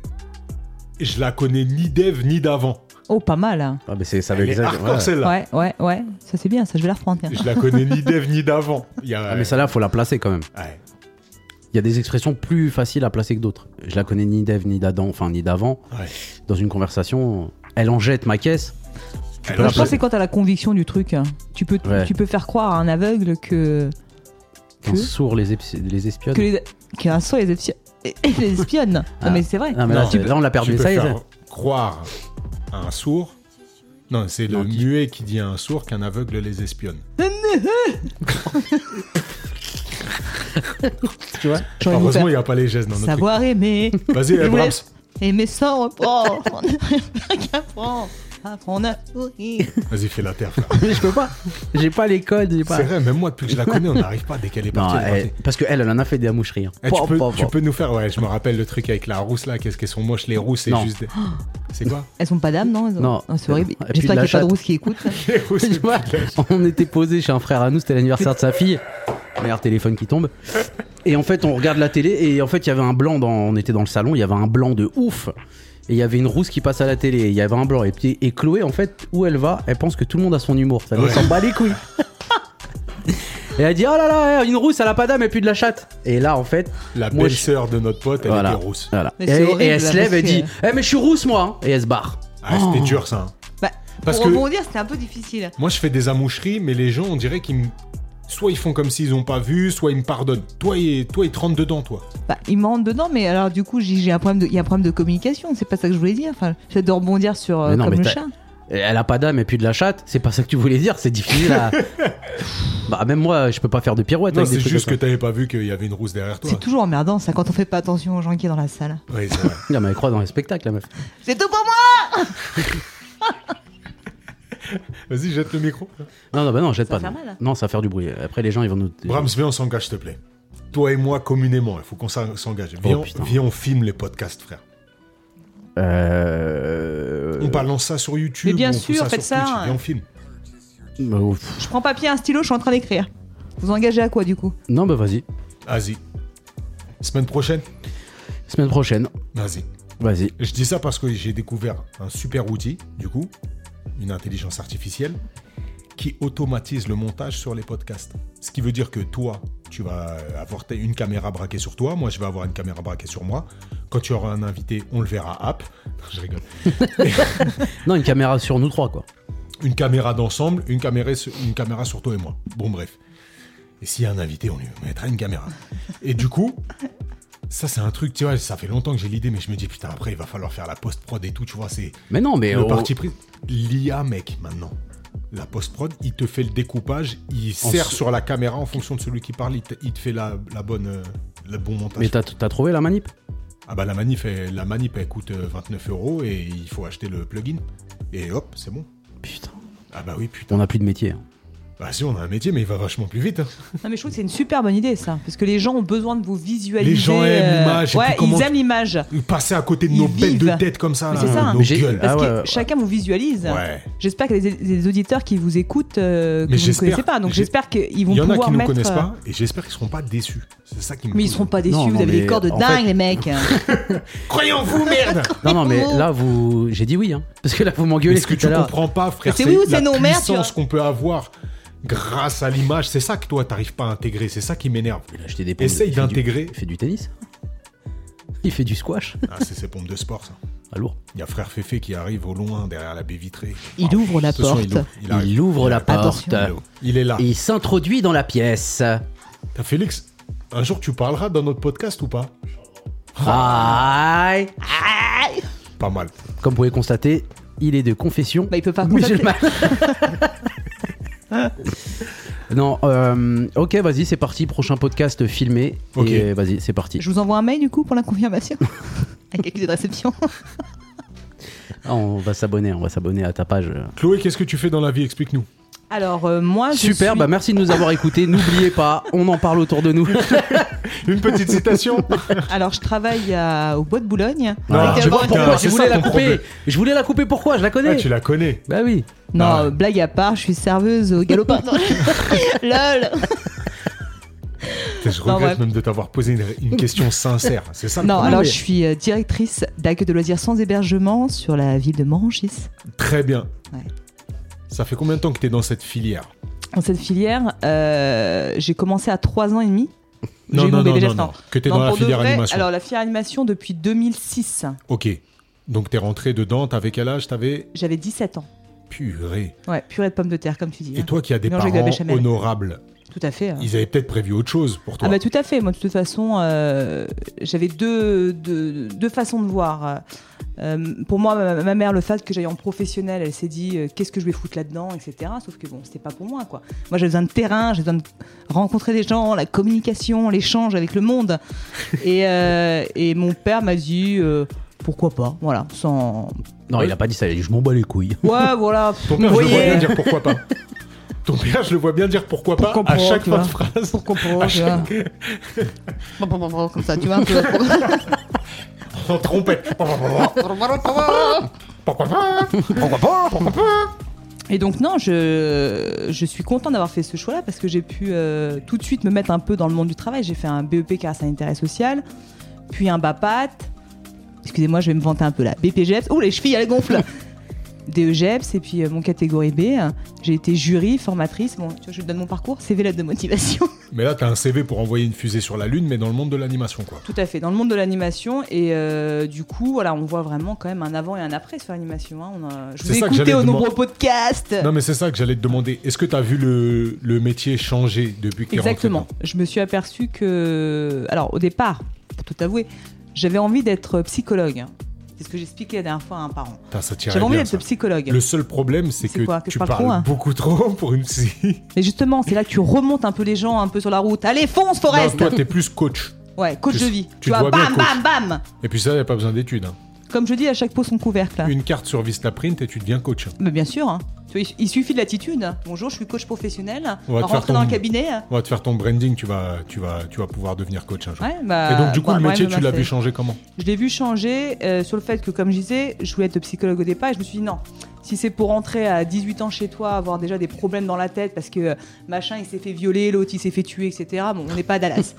S1: je la connais ni d'Ève ni d'avant.
S3: Oh, pas mal. hein.
S2: Ah, mais c'est- ça veut
S1: Elle est
S2: exagérer,
S1: hardcore
S2: ouais.
S1: celle-là.
S3: Ouais, ouais, ouais. Ça, c'est bien, ça, je vais la reprendre. tiens.
S1: Je la connais ni d'Ève ni d'avant. Il y a-
S2: Ah, mais celle-là, faut la placer quand même.
S1: Ouais.
S2: Il y a des expressions plus faciles à placer que d'autres. Je la connais ni d'Ève ni d'Adam, enfin ni d'avant.
S1: Ouais.
S2: Dans une conversation, elle en jette ma caisse.
S1: Elle
S2: peux
S1: a-
S3: Je pense que c'est quand t'as la conviction du truc. hein. Tu peux,
S2: Ouais.
S3: tu peux faire croire à un aveugle que.
S2: Un
S3: Que-
S2: sourd les, eps- les espionne.
S3: que les- qu'un sourd les, espio- les espionne. Non,
S2: Ah.
S3: mais c'est vrai.
S2: Non, mais là,
S1: Non,
S2: tu-
S1: mais
S2: là, on l'a
S1: tu
S2: perdu.
S1: peux
S2: Ça y est,
S1: faire
S2: ça.
S1: croire à un sourd. Non, c'est le
S2: Non, qui-
S1: muet qui dit à un sourd qu'un aveugle les espionne.
S2: tu vois.
S3: J'aurais voulu
S1: Heureusement,
S3: faire
S1: il n'y a pas les gestes dans notre truc.
S3: savoir aimer.
S1: Vas-y,
S3: Je
S1: Abrams.
S3: voulais- aimer sans reprendre. On n'a rien qu'à prendre. Ah, on a- oui.
S1: Vas-y, fais la terre. frère.
S2: Mais je peux pas. J'ai pas les codes. J'ai pas.
S1: C'est vrai, même moi, depuis que je la connais, on n'arrive pas dès qu'elle est
S2: Non,
S1: partie. elle est
S2: elle-
S1: partie.
S2: parce que elle, elle en a fait des amoucheries. hein.
S1: Eh,
S2: Pop,
S1: tu, peux,
S2: pop,
S1: tu
S2: pop.
S1: peux nous faire, ouais, je me rappelle le truc avec la rousse là, qu'est-ce qu'elles sont moches les rousses, c'est
S2: Non.
S1: juste. des- C'est quoi
S3: Elles sont pas d'âme, non Elles ont-
S2: Non.
S3: Ah, C'est horrible.
S2: Et puis
S3: J'espère
S2: de
S3: qu'il
S2: la
S3: n'y a pas de
S2: chatte.
S3: rousse qui écoute.
S1: Les rousses,
S2: Tu vois, on était posé chez un frère à nous, c'était l'anniversaire de sa fille. Meilleur téléphone qui tombe. Et en fait, on regarde la télé et en fait, il y avait un blanc dans. On était dans le salon, il y avait un blanc de ouf. Et il y avait une rousse qui passe à la télé. Il y avait un blanc. Et puis, et Chloé, en fait, où elle va, elle pense que tout le monde a son humour. Ça ne
S1: Ouais.
S2: s'en bat les couilles. Et elle dit oh là là une rousse elle a pas d'âme et puis de la chatte et là en fait
S1: la
S2: Moi, je-
S1: belle-sœur de notre pote, elle
S2: voilà,
S1: était rousse.
S2: voilà.
S3: Mais
S2: et,
S3: c'est
S2: et
S3: horrible,
S2: elle se lève et
S3: parce
S2: dit eh mais je suis rousse moi hein. et elle se barre
S1: Ah, c'était dur ça. hein.
S3: Bah,
S1: Parce
S3: pour
S1: que-
S3: rebondir, c'était un peu difficile.
S1: Moi, je fais des amoucheries, mais les gens, on dirait qu'ils me. Soit ils font comme s'ils ont pas vu, soit ils me pardonnent. Toi, ils, toi, ils te rentrent dedans, toi.
S3: Bah, il me rentre dedans, mais alors du coup, j'ai j'ai un problème de, il y a un problème de communication. C'est pas ça que je voulais dire. Enfin, j'essaie de rebondir sur euh,
S2: Mais non,
S3: comme
S2: mais
S3: le
S2: t'as-
S3: chat.
S2: Et Elle a pas d'âme et puis de la chatte, c'est pas ça que tu voulais dire, c'est difficile à. bah, même moi, je peux pas faire de pirouette
S1: Non,
S2: avec des
S1: c'est
S2: trucs
S1: juste que
S2: comme
S1: t'avais pas vu qu'il y avait une rousse derrière toi.
S3: C'est toujours emmerdant ça quand on fait pas attention aux gens qui est dans la salle.
S1: Oui, c'est vrai.
S2: ça. Non, mais elle croit dans les spectacles, la meuf.
S3: C'est tout pour moi.
S1: Vas-y, jette le micro.
S2: Non, non, bah non, jette
S3: Ça
S2: pas.
S3: va
S2: non.
S3: faire mal. hein.
S2: Non, ça va faire du bruit. Après, les gens, ils vont nous.
S1: Brams, viens, on s'engage, s'il te plaît. Toi et moi, communément, il faut qu'on s'en- s'engage. Viens, on-
S2: Oh, putain.
S1: viens, on filme les podcasts, frère.
S2: Euh.
S1: On balance ça sur YouTube.
S3: Mais bien
S1: ou on fout
S3: sûr, faites
S1: sur
S3: ça,
S1: Twitch.
S3: hein.
S1: Viens, on filme.
S2: bah, ouf.
S3: Je prends papier, un stylo, je suis en train d'écrire. Vous engagez à quoi du coup
S2: Non, bah vas-y.
S1: Vas-y. Semaine prochaine
S2: Semaine prochaine,
S1: Vas-y.
S2: vas-y.
S1: Je dis ça parce que j'ai découvert un super outil, du coup, une intelligence artificielle, qui automatise le montage sur les podcasts. Ce qui veut dire que toi, tu vas avoir t- une caméra braquée sur toi, moi je vais avoir une caméra braquée sur moi. Quand tu auras un invité, on le verra app. Je rigole.
S2: Non, une caméra sur nous trois, quoi.
S1: Une caméra d'ensemble, une caméra, su- une caméra sur toi et moi. Bon bref. Et s'il y a un invité, on lui mettra une caméra. Et du coup, ça c'est un truc, tu vois, ça fait longtemps que j'ai l'idée, mais je me dis putain après il va falloir faire la post-prod et tout, tu vois, c'est...
S2: Mais non, mais.
S1: le
S2: oh,
S1: parti pris. L'IA, mec, maintenant. La post-prod, il te fait le découpage, il
S2: En
S1: serre
S2: s-
S1: sur la caméra en fonction de celui qui parle, il te, il te fait la, la bonne, euh, le bon montage.
S2: Mais t'as t'as trouvé la manip
S1: Ah bah la manip, elle, la manip, elle coûte euh, 29 euros et il faut acheter le plugin. Et hop, c'est bon.
S2: Putain.
S1: Ah bah oui, putain.
S2: On a plus de métier. hein.
S1: Bah si, on a un métier, mais il va vachement plus vite. hein.
S3: Non mais je trouve que c'est une super bonne idée ça, parce que les gens ont besoin de vous visualiser. euh,
S1: Les gens aiment l'image, et puis
S3: Ouais,
S1: comment
S3: ils
S1: tu-
S3: aiment l'image.
S1: Passer à côté de
S3: Ils
S1: nos bêtes de
S3: vivent.
S1: tête comme ça,
S3: Mais
S1: là,
S3: c'est ça,
S1: nos
S2: mais j'ai-
S1: gueules.
S3: Parce
S2: Ah ouais,
S3: que
S2: ouais.
S3: chacun vous visualise.
S1: Ouais.
S3: J'espère que les, les auditeurs qui vous écoutent, euh, que
S1: Mais
S3: vous ne
S1: j'espère-
S3: connaissez pas, donc
S1: j'ai-
S3: j'espère qu'ils vont
S1: Il y en a
S3: pouvoir
S1: qui ne nous
S3: mettre.
S1: connaissent
S3: euh,
S1: pas et j'espère qu'ils seront pas déçus. C'est ça qui me
S3: Mais ils
S1: touche.
S3: seront pas déçus,
S2: Non,
S3: vous
S2: non,
S3: avez des
S2: mais
S3: corps de
S2: en
S3: dingue
S2: fait-
S3: les mecs.
S1: Croyez en vous, merde
S2: Non, non,
S3: oh.
S2: mais là, vous. J'ai dit oui, hein. Parce que là, vous m'engueulez
S1: Mais ce que
S2: depuis tout
S1: tu
S2: à l'heure.
S1: comprends pas, frère,
S3: Mais c'est
S1: c'est
S3: oui ou
S1: la
S3: c'est non, merde, tu
S1: puissance
S3: vois.
S1: qu'on peut avoir grâce à l'image. C'est ça que toi, t'arrives pas à intégrer. C'est ça qui m'énerve.
S2: Il a acheté des pommes.
S1: Essaye
S2: Il fait du-
S1: d'intégrer.
S2: Il fait du tennis. Il fait du squash.
S1: Ah, c'est ces pompes de sport, ça.
S2: Ah, lourd.
S1: Il y a frère Féfé qui arrive au loin derrière la baie vitrée.
S3: Il
S1: Ah,
S3: ouvre la
S1: ce soir, il
S3: porte.
S1: ouvre- il arrive.
S2: Il ouvre la
S3: Attention.
S2: porte.
S1: Il est- Il est là.
S2: Et il s'introduit dans la pièce.
S1: T'as Félix, un jour tu parleras dans notre podcast ou pas Ah.
S2: Aïe.
S1: Pas mal.
S2: Comme vous pouvez constater, il est de confession
S3: Bah, il peut pas
S2: musulmane. non, euh, ok, vas-y, c'est parti. Prochain podcast filmé.
S1: Ok.
S2: Et vas-y, c'est parti.
S3: Je vous envoie un mail du coup pour la confirmation. Avec accusé de réception.
S2: Ah, on va s'abonner, on va s'abonner à ta page. euh.
S1: Chloé, qu'est-ce que tu fais dans la vie Explique-nous.
S3: Alors euh, moi, je
S2: Super,
S3: suis-
S2: bah merci de nous avoir écoutés. N'oubliez pas, on en parle autour de nous.
S1: Une petite citation
S3: Alors je travaille à- au Bois de Boulogne.
S1: Non,
S2: Voilà.
S1: Ah, tu
S2: je
S1: vois,
S2: vois
S1: putain,
S2: pourquoi
S1: c'est
S2: je voulais
S1: ça
S2: la
S1: ton
S2: couper.
S1: problème.
S2: Je voulais la couper pourquoi Je la connais.
S1: Ah, Tu la connais.
S2: Bah oui.
S3: Non,
S1: Ah ouais.
S3: euh, blague à part, je suis serveuse au galopin. Lol.
S1: Putain, Je
S3: Non,
S1: regrette
S3: bref.
S1: même de t'avoir posé une, une question sincère. C'est ça le
S3: Non,
S1: problème.
S3: alors
S2: mais-
S3: je suis euh, directrice d'accueil de loisirs sans hébergement sur la ville de Mangis.
S1: Très bien.
S3: Ouais.
S1: Ça fait combien de temps que t'es dans cette filière
S3: Dans cette filière, euh, j'ai commencé à 3 ans et demi.
S1: Non,
S3: J'ai eu
S1: non,
S3: mon
S1: non,
S3: bébé
S1: non,
S3: gestant.
S1: non, que t'es
S3: Non,
S1: dans la
S3: pour de
S1: filière
S3: vrai,
S1: animation.
S3: Alors la filière animation depuis 2006.
S1: Ok. Donc t'es rentré dedans, t'avais quel âge T'avais
S3: J'avais 17 ans.
S1: purée.
S3: Ouais, purée de pommes de terre comme tu dis.
S1: Et
S3: hein.
S1: toi qui as des
S3: Mélanger avec de la
S1: parents
S3: béchamel.
S1: honorables,
S3: Tout à fait. hein.
S1: ils avaient peut-être prévu autre chose pour toi.
S3: Ah bah tout à fait, moi de toute façon, euh, j'avais deux, deux, deux façons de voir. Euh, pour moi, ma, ma mère, le fait que j'aille en professionnel, elle s'est dit euh, qu'est-ce que je vais foutre là-dedans, etc. Sauf que bon, c'était pas pour moi quoi. Moi j'avais besoin de terrain, j'avais besoin de rencontrer des gens, la communication, l'échange avec le monde. et, euh, et mon père m'a dit euh, pourquoi pas, voilà, sans.
S2: Non, il a pas dit ça, il a dit je m'en bats les couilles.
S3: Ouais, voilà.
S1: Ton père, je le vois
S3: voyez.
S1: bien dire pourquoi pas. Ton père, je le vois bien dire pourquoi pas
S3: Pour
S1: à
S3: comprendre, hein.
S1: chaque
S3: tu
S1: fin de
S3: vois.
S1: phrase.
S3: Pour comprendre,
S1: À
S3: tu vois.
S1: chaque-
S5: Bon, bon, bon, bon, Comme ça, tu vois un peu.
S1: En trompette.
S4: Pourquoi pas
S3: Et donc non, je, je suis content d'avoir fait ce choix-là parce que j'ai pu euh, tout de suite me mettre un peu dans le monde du travail. J'ai fait un E BEP car sanitaire et social, puis un BAPAT. Excusez-moi, je vais me vanter un peu là. BPGEPS. E Ouh, les chevilles, elles gonflent DEGEPS et puis euh, mon catégorie B. J'ai été jury, formatrice. Bon, tu vois, je te donne mon parcours. CV lettre de motivation.
S1: Mais là, t'as un CV pour envoyer une fusée sur la Lune, mais dans le monde de l'animation, quoi.
S3: Tout à fait, dans le monde de l'animation. Et euh, du coup, voilà, on voit vraiment quand même un avant et un après sur l'animation. hein. On a- Je
S1: C'est
S3: vous ai
S1: ça que
S3: écouté
S1: j'allais
S3: aux
S1: demander.
S3: nombreux podcasts.
S1: Non, mais c'est ça que j'allais te demander. Est-ce que t'as vu le, le métier changer depuis que t'es rentré
S3: Exactement.
S1: dedans
S3: Je me suis aperçue que. Alors, au départ, pour tout avouer, j'avais envie d'être psychologue. C'est ce que j'expliquais la dernière fois à un parent.
S1: Putain, ça t'irait
S3: J'avais envie
S1: bien,
S3: d'être
S1: ça.
S3: psychologue.
S1: Le seul problème, c'est
S3: C'est
S1: que,
S3: quoi, que je
S1: tu
S3: parle
S1: parles
S3: trop, hein
S1: beaucoup trop pour une psy.
S3: Mais justement, c'est là que tu remontes un peu les gens un peu sur la route. Allez, fonce,
S1: Non,
S3: Forest
S1: toi, t'es plus coach.
S3: Ouais, coach
S1: tu-
S3: de vie. Tu
S1: tu te
S3: vois,
S1: vois bien
S3: bam,
S1: coach.
S3: bam, bam
S1: Et puis ça, y a pas besoin d'études. hein.
S3: Comme je dis, à chaque peau son couvercle. là.
S1: Une carte sur Vistaprint et tu deviens coach.
S3: Mais bien sûr, hein. Tu vois, il- il suffit de l'attitude. Bonjour, je suis coach professionnel.
S1: On va te faire
S3: Rentrer dans
S1: ton-
S3: le cabinet.
S1: On va te faire ton branding, tu vas, tu vas, tu vas pouvoir devenir coach un jour.
S3: Ouais, bah,
S1: et donc, du coup,
S3: bah,
S1: le
S3: ouais,
S1: métier,
S3: bah,
S1: tu l'as
S3: c'est-
S1: vu changer comment
S3: Je l'ai vu changer euh, sur le fait que, comme je disais, je voulais être psychologue au départ et je me suis dit non. Si c'est pour rentrer à 18 ans chez toi, avoir déjà des problèmes dans la tête parce que euh, machin il s'est fait violer, l'autre il s'est fait tuer, etc. Bon, on n'est pas à Dallas.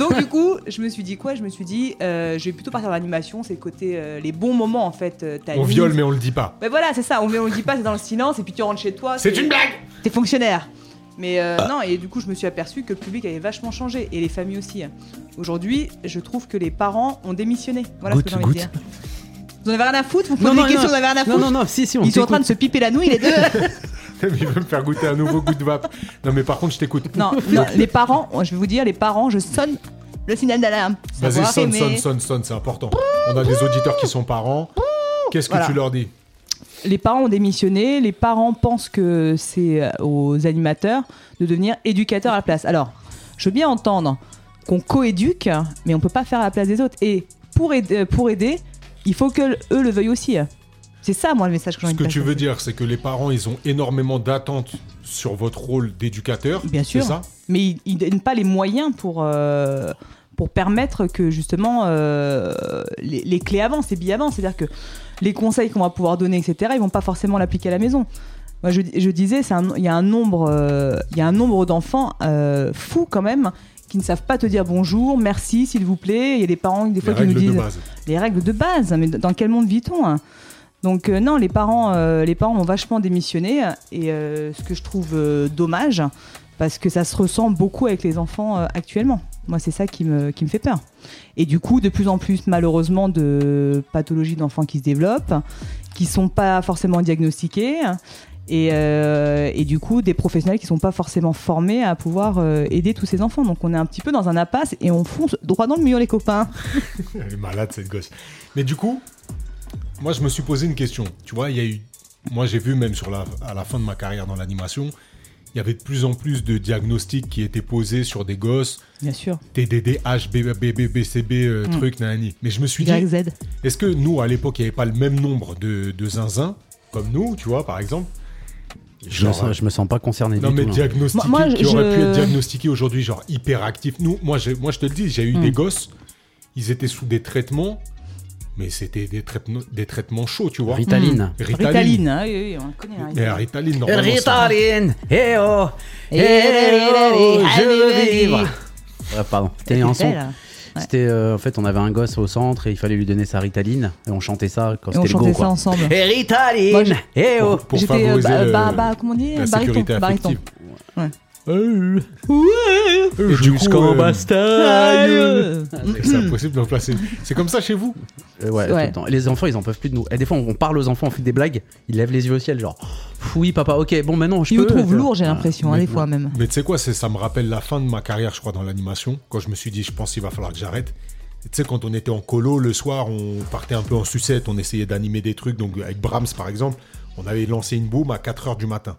S3: Donc du coup, je me suis dit quoi Je me suis dit, euh, je vais plutôt partir dans l'animation, c'est le côté euh, les bons moments en fait. euh,
S1: On
S3: t'animes.
S1: viole, mais on le dit pas.
S3: Mais voilà, c'est ça. On ne dit pas, c'est dans le silence et puis tu rentres chez toi.
S4: C'est
S3: t'es-
S4: une blague
S3: T'es fonctionnaire. Mais euh,
S2: Bah.
S3: non, et du coup, je me suis aperçu que le public avait vachement changé et les familles aussi. Aujourd'hui, je trouve que les parents ont démissionné. Voilà
S2: Goutte,
S3: ce que j'ai envie
S2: goutte.
S3: de dire. Vous en avez rien à foutre Vous me
S2: Non,
S3: posez
S2: non,
S3: des questions,
S2: non.
S3: vous en avez rien à
S2: Non,
S3: foutre
S2: non, non, si, si, on
S3: Ils sont en train
S2: t'écoute.
S3: de se piper la nouille, les deux
S1: Il veut me faire goûter un nouveau goût de vape. Non, mais par contre, je t'écoute.
S3: non, non, les parents, je vais vous dire, les parents, je sonne le signal d'alarme.
S1: Vas-y,
S3: Savoir
S1: sonne,
S3: aimer.
S1: sonne, sonne, sonne, c'est important. On a des auditeurs qui sont parents. Qu'est-ce que
S3: Voilà.
S1: tu leur dis
S3: les parents ont démissionné, les parents pensent que c'est euh, aux animateurs de devenir éducateurs à la place. Alors, je veux bien entendre qu'on coéduque, mais on peut pas faire à la place des autres. Et pour aider, pour aider il faut que l- eux le veuillent aussi. C'est ça, moi, le message que j'ai
S1: Ce
S3: envie
S1: que
S3: de
S1: tu
S3: passer.
S1: veux dire, c'est que les parents, ils ont énormément d'attentes sur votre rôle d'éducateur.
S3: Bien sûr.
S1: C'est ça
S3: Mais ils, ils donnent pas les moyens pour, euh, pour permettre que justement euh, les, les clés avancent, les billes avancent. C'est-à-dire que les conseils qu'on va pouvoir donner, etc., ils vont pas forcément l'appliquer à la maison. Moi, je, je disais, c'est un- il y a un nombre, euh, il y a un nombre d'enfants euh, fous quand même qui ne savent pas te dire bonjour, merci, s'il vous plaît. Il y a des parents des
S1: Les
S3: fois qui nous
S1: règles de
S3: disent
S1: base.
S3: les règles de base. hein, Mais dans quel monde vit-on hein Donc euh, non, les parents, euh, les parents ont vachement démissionné et euh, ce que je trouve euh, dommage parce que ça se ressent beaucoup avec les enfants euh, actuellement. Moi, c'est ça qui me, qui me fait peur. Et du coup, de plus en plus, malheureusement, de pathologies d'enfants qui se développent, qui sont pas forcément diagnostiquées, et, euh, et du coup, des professionnels qui sont pas forcément formés à pouvoir euh, aider tous ces enfants. Donc, on est un petit peu dans un impasse et on fonce droit dans le mur, les copains.
S1: Elle est malade, cette gosse. Mais du coup, moi, je me suis posé une question. Tu vois, il y a eu. Moi, j'ai vu même sur la... à la fin de ma carrière dans l'animation, il y avait de plus en plus de diagnostics qui étaient posés sur des gosses.
S3: Bien sûr.
S1: TDD, HBBBCB,
S3: Mm.
S1: euh, truc, nanani. Mais je me suis dit,
S3: YZ.
S1: Est-ce que nous, à l'époque, il n'y avait pas le même nombre de, de zinzins, comme nous, tu vois, par exemple
S2: Je me,
S1: Genre, euh,
S2: sens, je me sens pas concerné
S1: Non,
S2: du
S1: mais
S2: tout. hein. là.
S1: diagnostiqué,
S3: Moi, moi,
S1: qui
S3: je-
S1: aurait pu
S3: je-
S1: être diagnostiqué aujourd'hui, genre hyperactif. Nous, moi, j'ai- moi, je te le dis, j'ai eu
S3: Mm.
S1: des gosses, ils étaient sous des traitements, mais c'était des, traitements- des traitements chauds, tu vois. Mm.
S2: Ritaline.
S1: Ritaline.
S3: Ritaline, hein, oui, oui, on le connaît. hein, Ritaline.
S1: Mais la Ritaline, normalement, c'est-
S2: Ritaline, eh oh, eh
S3: eh,
S2: oh, je vais vivre. Ouais, pardon, c'était un son.
S3: Belle. hein, Ouais.
S2: C'était euh, en fait, on avait un gosse au centre et il fallait lui donner sa Ritaline et on chantait ça quand
S3: Et on
S2: c'était le go
S3: chantait ça
S2: quoi.
S3: ensemble.
S2: Eh,
S3: Moi, je-
S2: Ritaline, eh oh.
S1: Pour
S3: J'étais, euh,
S1: favoriser
S3: bah,
S1: le-
S3: bah, bah, comment on dit
S1: la
S3: bariton,
S1: sécurité
S3: bariton.
S1: affective.
S3: Ouais.
S1: Euh,
S3: Ouais.
S1: euh, du coup, euh,
S3: Euh,
S1: c'est impossible d'en placer. C'est comme ça chez vous
S2: Euh, ouais,
S3: Ouais.
S2: tout le temps. Et les enfants, ils en peuvent plus de nous. Et des fois, on, on parle aux enfants, on fait des blagues, ils lèvent les yeux au ciel, genre, Pff, oui, papa, ok, bon, maintenant, je
S3: Il me
S2: peux.
S3: trouve
S2: euh,
S3: lourd, j'ai
S2: voilà.
S3: l'impression, hein, des fois même.
S1: Ah, Mais tu sais quoi, c'est- ça me rappelle la fin de ma carrière, je crois, dans l'animation, quand je me suis dit, je pense qu'il va falloir que j'arrête. Et Tu sais, quand on était en colo, le soir, on partait un peu en sucette, on essayait d'animer des trucs. Donc, avec Brahms, par exemple, on avait lancé une boom à 4h du matin.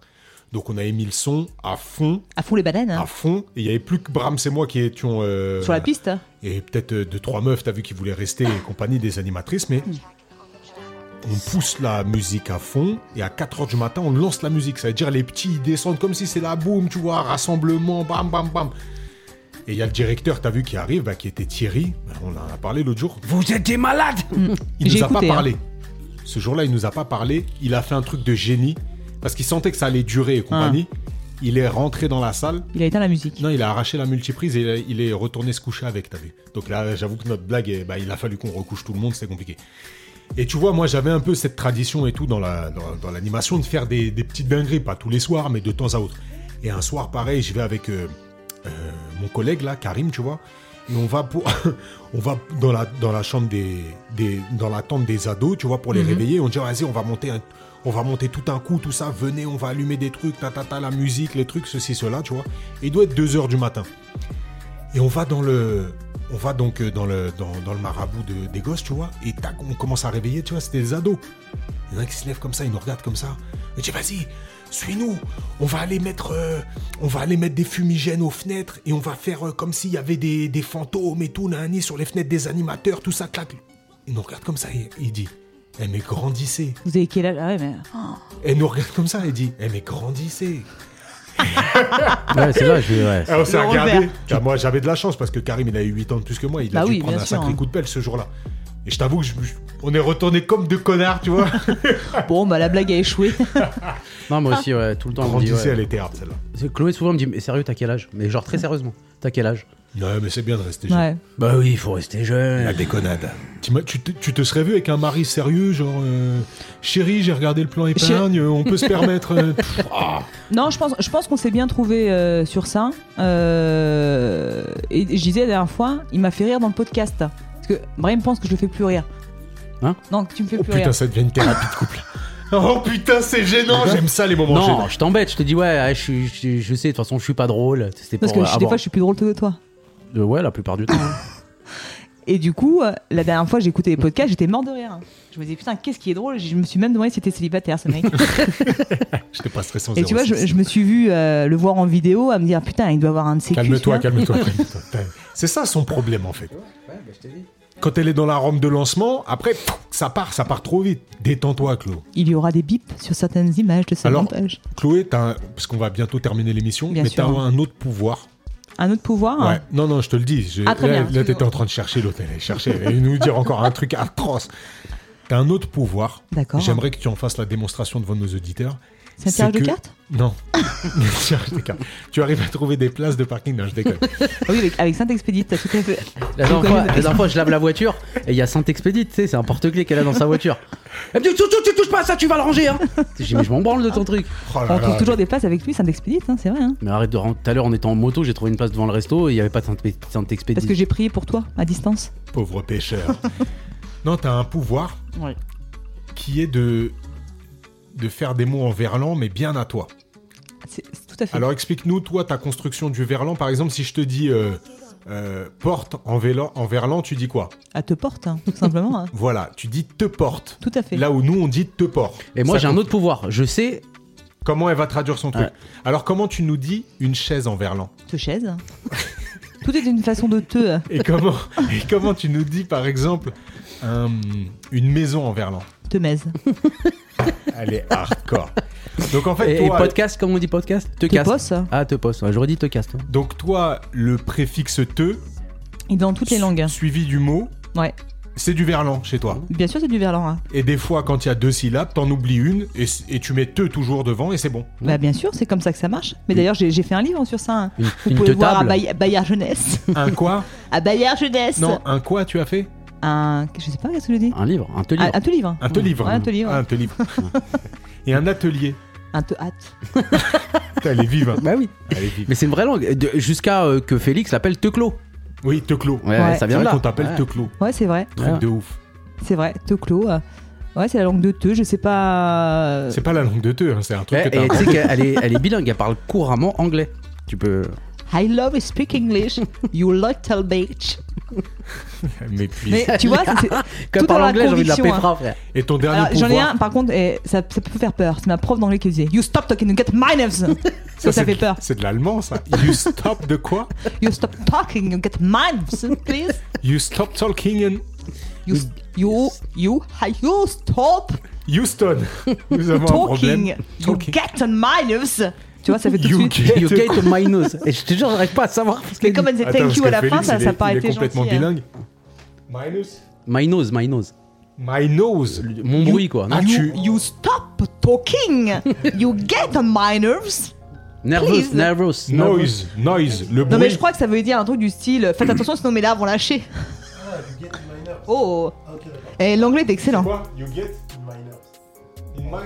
S1: Donc on avait mis le son à fond,
S3: À fond les bananes. hein.
S1: à fond. Et il n'y avait plus que Brahms et moi qui étions. euh,
S3: Sur la piste
S1: Et peut-être euh, deux, trois meufs, t'as vu, qui voulaient rester et compagnie des animatrices, mais. On pousse la musique à fond et à 4h du matin, on lance la musique. Ça veut dire les petits ils descendent comme si c'est la boum, tu vois, rassemblement, bam, bam, bam. Et il y a le directeur, t'as vu, qui arrive, bah, qui était Thierry. Bah, on en a parlé l'autre jour.
S2: Vous étiez malade
S1: Il
S3: J'ai
S1: nous a
S3: écouté,
S1: pas
S3: hein.
S1: parlé. Ce jour-là, il nous a pas parlé. Il a fait un truc de génie parce qu'il sentait que ça allait durer et compagnie.
S3: Hein.
S1: Il est rentré dans la salle.
S3: Il a éteint la musique.
S1: Non, il a arraché la multiprise et il, a- il est retourné se coucher avec, t'as vu. Donc là, j'avoue que notre blague, eh, bah, il a fallu qu'on recouche tout le monde, c'était compliqué. Et tu vois, moi, j'avais un peu cette tradition et tout dans la- dans- dans l'animation de faire des, des petites dingueries, pas tous les soirs, mais de temps à autre. Et un soir, pareil, je vais avec euh, euh, mon collègue là, Karim, tu vois, et on va pour, on va dans la dans la chambre des, des dans la tente des ados, tu vois, pour les réveiller. On dit vas-y, on va monter un- on va monter tout un coup, tout ça. Venez, on va allumer des trucs, ta ta ta, la musique, les trucs, ceci cela, tu vois. Et il doit être 2 heures du matin. Et on va dans le. On va donc euh, dans le, dans, dans le marabout de- des gosses, tu vois, et tac, on commence à réveiller, tu vois, c'était des ados. Il y en a qui se lèvent comme ça, ils nous regardent comme ça. Je dis, vas-y, suis-nous, on va aller mettre euh, on va aller mettre des fumigènes aux fenêtres et on va faire euh, comme s'il y avait des, des fantômes et tout, nanani, sur les fenêtres des animateurs, tout ça, clac. Ils nous regardent comme ça, et il dit, eh mais grandissez.
S3: Vous avez quel âge Ah ouais, mais.
S1: Elle nous regarde comme ça, elle dit, eh mais grandissez.
S2: Ouais, c'est là, je vais. ouais.
S1: Alors, Ah, on s'est
S3: Le
S1: regardé.
S3: revers.
S1: Car Bah, moi, j'avais de la chance parce que Karim, il a eu 8 ans de plus que moi. Il a
S3: Bah
S1: dû
S3: oui,
S1: prendre
S3: bien
S1: un
S3: sûr,
S1: sacré
S3: hein.
S1: coup de pelle ce jour-là. Et je t'avoue que je- je- on est retourné comme deux connards, tu vois.
S3: Bon, bah la blague a échoué.
S2: Non, moi aussi, ouais, tout le temps. on me dit,
S1: Grandissez,
S2: ouais.
S1: elle était hard, celle-là.
S2: C'est- Chloé souvent me dit Mais sérieux, t'as quel âge Mais genre très sérieusement, t'as quel âge
S1: Non, mais c'est bien de rester jeune.
S3: ouais.
S2: Bah oui, il faut rester jeune.
S1: La déconnade. T'ima- Tu te, tu te serais vu avec un mari sérieux, genre euh, chérie, j'ai regardé le plan épargne, euh, on peut se permettre. euh, pff, ah.
S3: Non, je pense, je pense qu'on s'est bien trouvé euh, sur ça. Euh, et je disais la dernière fois, il m'a fait rire dans le podcast. Parce que Brahim pense que je le fais plus rire.
S2: Hein
S3: Non, que tu me fais
S1: Oh
S3: plus rire.
S1: putain, ça devient une thérapie de couple. Oh putain, c'est gênant, j'aime ça les moments gênants.
S2: Non, je t'embête, je te dis ouais, ouais, je, suis- je suis- je sais, de toute façon je suis pas drôle. C'était pour
S3: Parce que je-
S2: euh,
S3: des fois,
S2: avoir-
S3: je suis plus drôle que toi.
S2: Euh, Ouais, la plupart du temps. hein.
S3: Et du coup, euh, la dernière fois, j'écoutais les podcasts, j'étais mort de rire. Je me disais, putain, qu'est-ce qui est drôle Je me suis même demandé si c'était célibataire, ce mec.
S1: J'étais pas stressé en
S3: Et tu vois, je,
S1: 06.
S3: je me suis vu euh, le voir en vidéo à me dire, putain, il doit avoir un de ses culs,
S1: Calme-toi,
S3: tu vois.
S1: calme-toi. calme-toi. C'est ça son problème en fait. Quand elle est dans la rampe de lancement, après, pff, ça part, ça part trop vite. Détends-toi, Chloé.
S3: Il y aura des bips sur certaines images de ce
S1: Alors-
S3: montage.
S1: Chloé, t'as un- parce qu'on va bientôt terminer l'émission,
S3: Bien
S1: mais
S3: sûr.
S1: t'as un autre pouvoir.
S3: Un autre pouvoir
S1: Ouais. Non, non, je te le dis. je-
S3: Ah, très
S1: là,
S3: bien.
S1: là, t'étais en train de chercher l'autre. Elle chercher et nous dire encore un truc atroce. T'as un autre pouvoir.
S3: D'accord.
S1: J'aimerais que tu en fasses la démonstration devant nos auditeurs.
S3: C'est un tirage de
S1: que-
S3: cartes
S1: Non. Tirage de cartes. Tu arrives à trouver des places de parking Non, je déconne.
S3: Ah Oui, avec, avec Saint-Expédit, t'as tout à fait.
S2: La dernière, fois, la dernière fois, je lave la voiture et il y a Saint-Expédit, tu sais, c'est un porte-clés qu'elle a dans sa voiture. Elle me dit tu, tu- tu touches pas à ça, tu vas le ranger. Hein. J'ai dit mais je m'en branle de ton truc.
S1: Oh là
S3: On trouve
S1: là.
S3: toujours des places avec lui, Saint-Expédit, hein, c'est vrai. hein.
S2: Mais arrête de rentrer. Tout à l'heure, on était en moto, j'ai trouvé une place devant le resto et il y avait pas de Saint- Saint-Expédit.
S3: Parce que j'ai prié pour toi, à distance.
S1: Pauvre pêcheur. non, t'as un pouvoir
S3: Ouais.
S1: qui est de de faire des mots en verlan, mais bien à toi.
S3: C'est c'est tout à fait.
S1: Alors explique-nous, toi, ta construction du verlan. Par exemple, si je te dis euh, euh, porte en, vélan, en verlan, tu dis quoi
S3: À te porte, hein, tout simplement. hein.
S1: Voilà, tu dis te porte.
S3: Tout à fait.
S1: Là où nous, on dit te porte.
S2: Et moi,
S1: Ça
S2: j'ai un
S1: compte.
S2: autre pouvoir. Je sais.
S1: Comment elle va traduire son truc
S2: Ouais.
S1: Alors, comment tu nous dis une chaise en verlan
S3: Te chaise. tout est une façon de te.
S1: et comment, et comment tu nous dis, par exemple, un- une maison en verlan
S3: Te maise.
S1: Elle est hardcore. Donc, en fait,
S2: Et, et
S1: toi,
S2: podcast, comment on dit podcast Te
S3: Te
S2: casse.
S3: posse.
S2: Ah, te poste. Ouais, J'aurais dit te casse. hein.
S1: donc, toi, le préfixe te,
S3: Il est dans toutes les langues.
S1: suivi du mot,
S3: Ouais.
S1: c'est du verlan chez
S2: Mhm.
S1: toi.
S3: Bien sûr, c'est du verlan. hein.
S1: Et des fois, quand il y a deux syllabes, t'en oublies une et, c- et tu mets te toujours devant et c'est bon.
S3: Bah, bien sûr, c'est comme ça que ça marche. Mais d'ailleurs, j'ai j'ai fait un livre sur ça. hein.
S2: Une,
S3: Vous
S2: une
S3: pouvez
S2: te
S3: le voir à
S2: table.
S3: Bay- Bayard Jeunesse.
S1: Un quoi
S3: à Bayard Jeunesse.
S1: Non, un quoi tu as fait
S3: Un. Je sais pas, qu'est-ce que je dis
S2: Un livre, un te livre.
S3: Un, un te livre.
S1: Un
S2: Mhm.
S1: te livre.
S3: Ouais, un te livre.
S1: Un te livre. et un atelier.
S3: Un te hâte.
S1: Putain, Elle est vive. hein.
S2: Bah oui.
S1: Elle est vive.
S2: Mais c'est une vraie langue. De- Jusqu'à euh, que Félix l'appelle Teclo.
S1: Oui, te clos.
S2: Ouais,
S3: Ouais.
S2: ça
S1: C'est
S2: vient
S1: vrai
S2: de là.
S1: qu'on t'appelle
S2: Ouais.
S1: te clos.
S3: Ouais, c'est vrai.
S1: Truc
S2: Ouais.
S1: de ouf.
S3: C'est vrai. Te clos. euh. Ouais, c'est la langue de te. Je sais pas. euh,
S1: C'est pas la langue de te, hein, c'est un truc
S2: Ouais,
S1: que t'as
S2: et tu sais
S1: inventé.
S2: qu'elle est, elle est bilingue, elle parle couramment anglais. Tu peux.
S3: I love to speak English, you little bitch.
S1: Mais puis.
S3: Mais tu vois, ça, c'est
S2: Comme
S3: tout dans
S2: par
S3: la
S2: l'anglais, j'ai envie de la
S3: conviction, hein.
S2: péfra, frère.
S1: Et ton dernier
S3: Alors, j'en
S1: pouvoir.
S3: ai un, par contre, et ça, ça peut faire peur. C'est ma prof d'anglais qui disait You stop talking and get minus. Ça, ça
S1: c'est
S3: fait
S1: de-
S3: peur.
S1: C'est de l'allemand, ça. You stop de quoi
S3: You stop talking and get minus, please.
S1: You stop talking and.
S3: You, you, you, you stop
S1: Houston, nous avons un
S3: talking.
S1: problème.
S3: You get on minus. Tu vois, ça fait tout
S1: You
S3: de suite.
S1: get-
S2: You get to minus. Et je te jure, j'arrive pas à savoir. parce que-
S3: Mais comme elle disait
S1: Attends,
S3: thank
S1: parce
S3: you
S1: que
S3: à la fin,
S1: Félix,
S3: ça,
S1: il
S3: ça
S1: est- il
S3: paraît
S1: est complètement
S3: gentil, hein.
S1: bilingue. Minus
S2: Minus, minus.
S1: My nose.
S2: Mon bruit, quoi.
S1: Ah,
S2: Non
S1: tu-
S3: You, you stop talking. you get on minus.
S2: Nervous,
S3: please.
S2: nervous. nervous.
S1: Noise, noise, le bruit.
S3: Non mais je crois que ça veut dire un truc du style euh, faites attention sinon mes larves vont lâcher. Oh. Et l'anglais est excellent.
S1: Quoi You get in my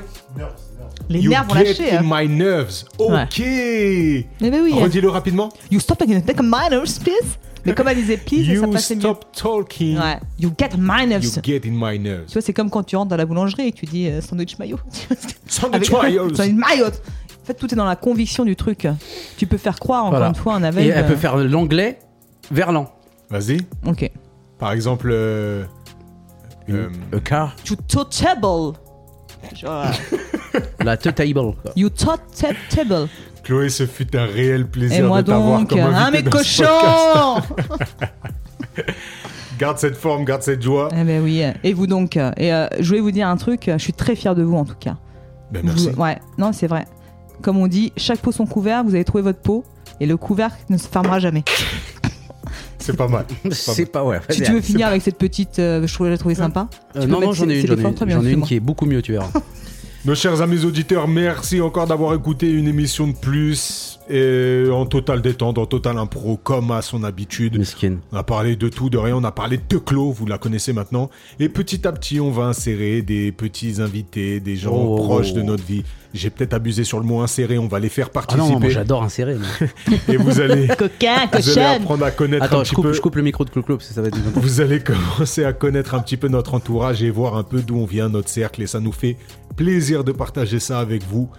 S3: Les
S1: you
S3: nerfs vont
S1: get
S3: lâcher.
S1: in
S3: hein.
S1: my nerves. Ok.
S3: Mais ben oui.
S1: Redis-le rapidement.
S3: You stop and take minors please. Mais comme elle disait please, ça
S1: You
S3: passait mieux.
S1: stop talking.
S3: Ouais. You get minors.
S1: You get in my nerves.
S3: Tu vois, c'est comme quand tu rentres dans la boulangerie et que tu dis euh, sandwich mayo.
S1: Sandwich
S3: mayo.
S1: Ah, mayo.
S3: Sandwich mayo. En fait, tout est dans la conviction du truc. Tu peux faire croire encore
S2: Voilà.
S3: une euh, fois un aveugle.
S2: Et elle peut faire l'anglais verlan.
S1: Vas-y.
S3: Ok.
S1: Par exemple. euh, euh,
S2: A car.
S3: You touchable. Genre,
S2: La t table. quoi.
S3: you touchable.
S1: Chloé, ce fut un réel plaisir
S3: Et moi
S1: de t'avoir
S3: donc,
S1: comme invité
S3: hein, mes
S1: dans ce podcast.
S3: cochons
S1: Garde cette forme, garde cette joie.
S3: Eh ben oui. Et vous donc euh, Et euh, je voulais vous dire un truc. euh, Je suis très fier de vous en tout cas.
S1: Ben,
S3: Vous-
S1: merci.
S3: ouais. Non, c'est vrai. Comme on dit, chaque pot son couvert. Vous avez trouvé votre pot et le couvert ne se fermera jamais.
S1: C'est pas mal.
S2: C'est pas, ouais.
S3: Si tu veux finir avec cette petite, euh, je trouvais- je la trouvais sympa. Tu
S2: Euh,
S3: peux
S2: non, non,
S3: mettre
S2: j'en
S3: ces-
S2: ai une,
S3: ces
S2: j'en ai
S3: efforts,
S2: une,
S3: très bien,
S2: j'en ai une
S3: excuse-moi.
S2: qui est beaucoup mieux, tu verras.
S1: Nos chers amis auditeurs, merci encore d'avoir écouté une émission de plus. Et en totale détente, en totale impro, comme à son habitude.
S2: Miskin.
S1: On a parlé de tout, de rien. On a parlé de Teclo, vous la connaissez maintenant. Et petit à petit, on va insérer des petits invités, des gens
S2: Oh.
S1: proches de notre vie. J'ai peut-être abusé sur le mot insérer. On va les faire
S2: Ah
S1: participer.
S2: non, moi j'adore insérer. moi.
S1: et vous allez,
S3: Coquin,
S1: vous allez
S3: cochonne.
S1: apprendre à connaître un
S2: Attends,
S1: petit
S2: je coupe,
S1: peu.
S2: je coupe le micro de Clou-Clou parce que ça va être une
S1: Vous allez commencer à connaître un petit peu notre entourage et voir un peu d'où on vient, notre cercle. Et ça nous fait plaisir de partager ça avec vous.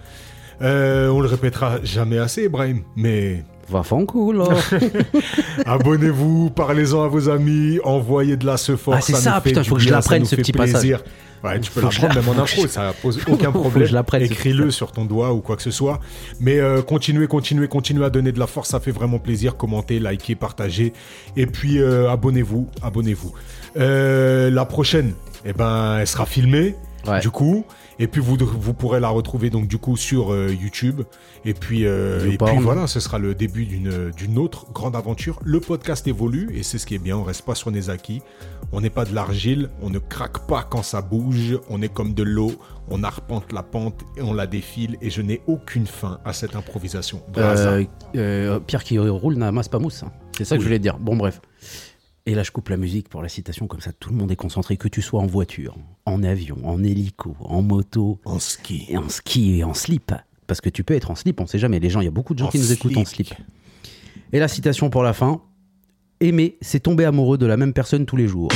S1: Euh, on le répétera jamais assez, Ibrahim, mais
S2: Va faire cool. hein. là.
S1: abonnez-vous, parlez-en à vos amis, envoyez de la ce fort.
S2: Ah, c'est ça,
S1: nous fait
S2: putain,
S1: du
S2: faut que je
S1: bien, ça
S2: l'apprenne,
S1: nous
S2: ce
S1: fait
S2: petit
S1: plaisir. Ouais, tu
S2: Faut
S1: peux
S2: que je
S1: l'apprendre même en
S2: l'apprenne.
S1: intro, ça pose aucun
S2: Faut que
S1: problème.
S2: je l'apprenne, ce
S1: Écris-le sur ton doigt ou quoi que ce soit. Mais euh, continuez, continuez, continuez à donner de la force, ça fait vraiment plaisir. Commentez, likez, partagez. Et puis euh, abonnez-vous, abonnez-vous. Euh, la prochaine, eh ben, elle sera filmée.
S2: Ouais.
S1: Du coup, et puis vous, vous pourrez la retrouver donc du coup sur euh, YouTube. Et puis, euh, et
S2: Youporn.
S1: puis voilà, ce sera le début d'une d'une autre grande aventure. Le podcast évolue et c'est ce qui est bien. On reste pas sur des acquis. On n'est pas de l'argile. On ne craque pas quand ça bouge. On est comme de l'eau. On arpente la pente et on la défile. Et je n'ai aucune fin à cette improvisation. Brasa.
S2: Euh, euh, Pierre qui roule n'amasse pas mousse. hein. C'est ça que je voulais te dire. Bon, bref. Et là, je coupe la musique pour la citation, comme ça tout le monde est concentré, que tu sois en voiture, en avion, en hélico, en moto,
S1: En ski.
S2: et en ski et en slip. Parce que tu peux être en slip, on sait jamais. Les gens, il y a beaucoup de gens
S1: En
S2: qui nous écoutent en
S1: slick.
S2: slip. Et la citation pour la fin Aimer, c'est tomber amoureux de la même personne tous les jours.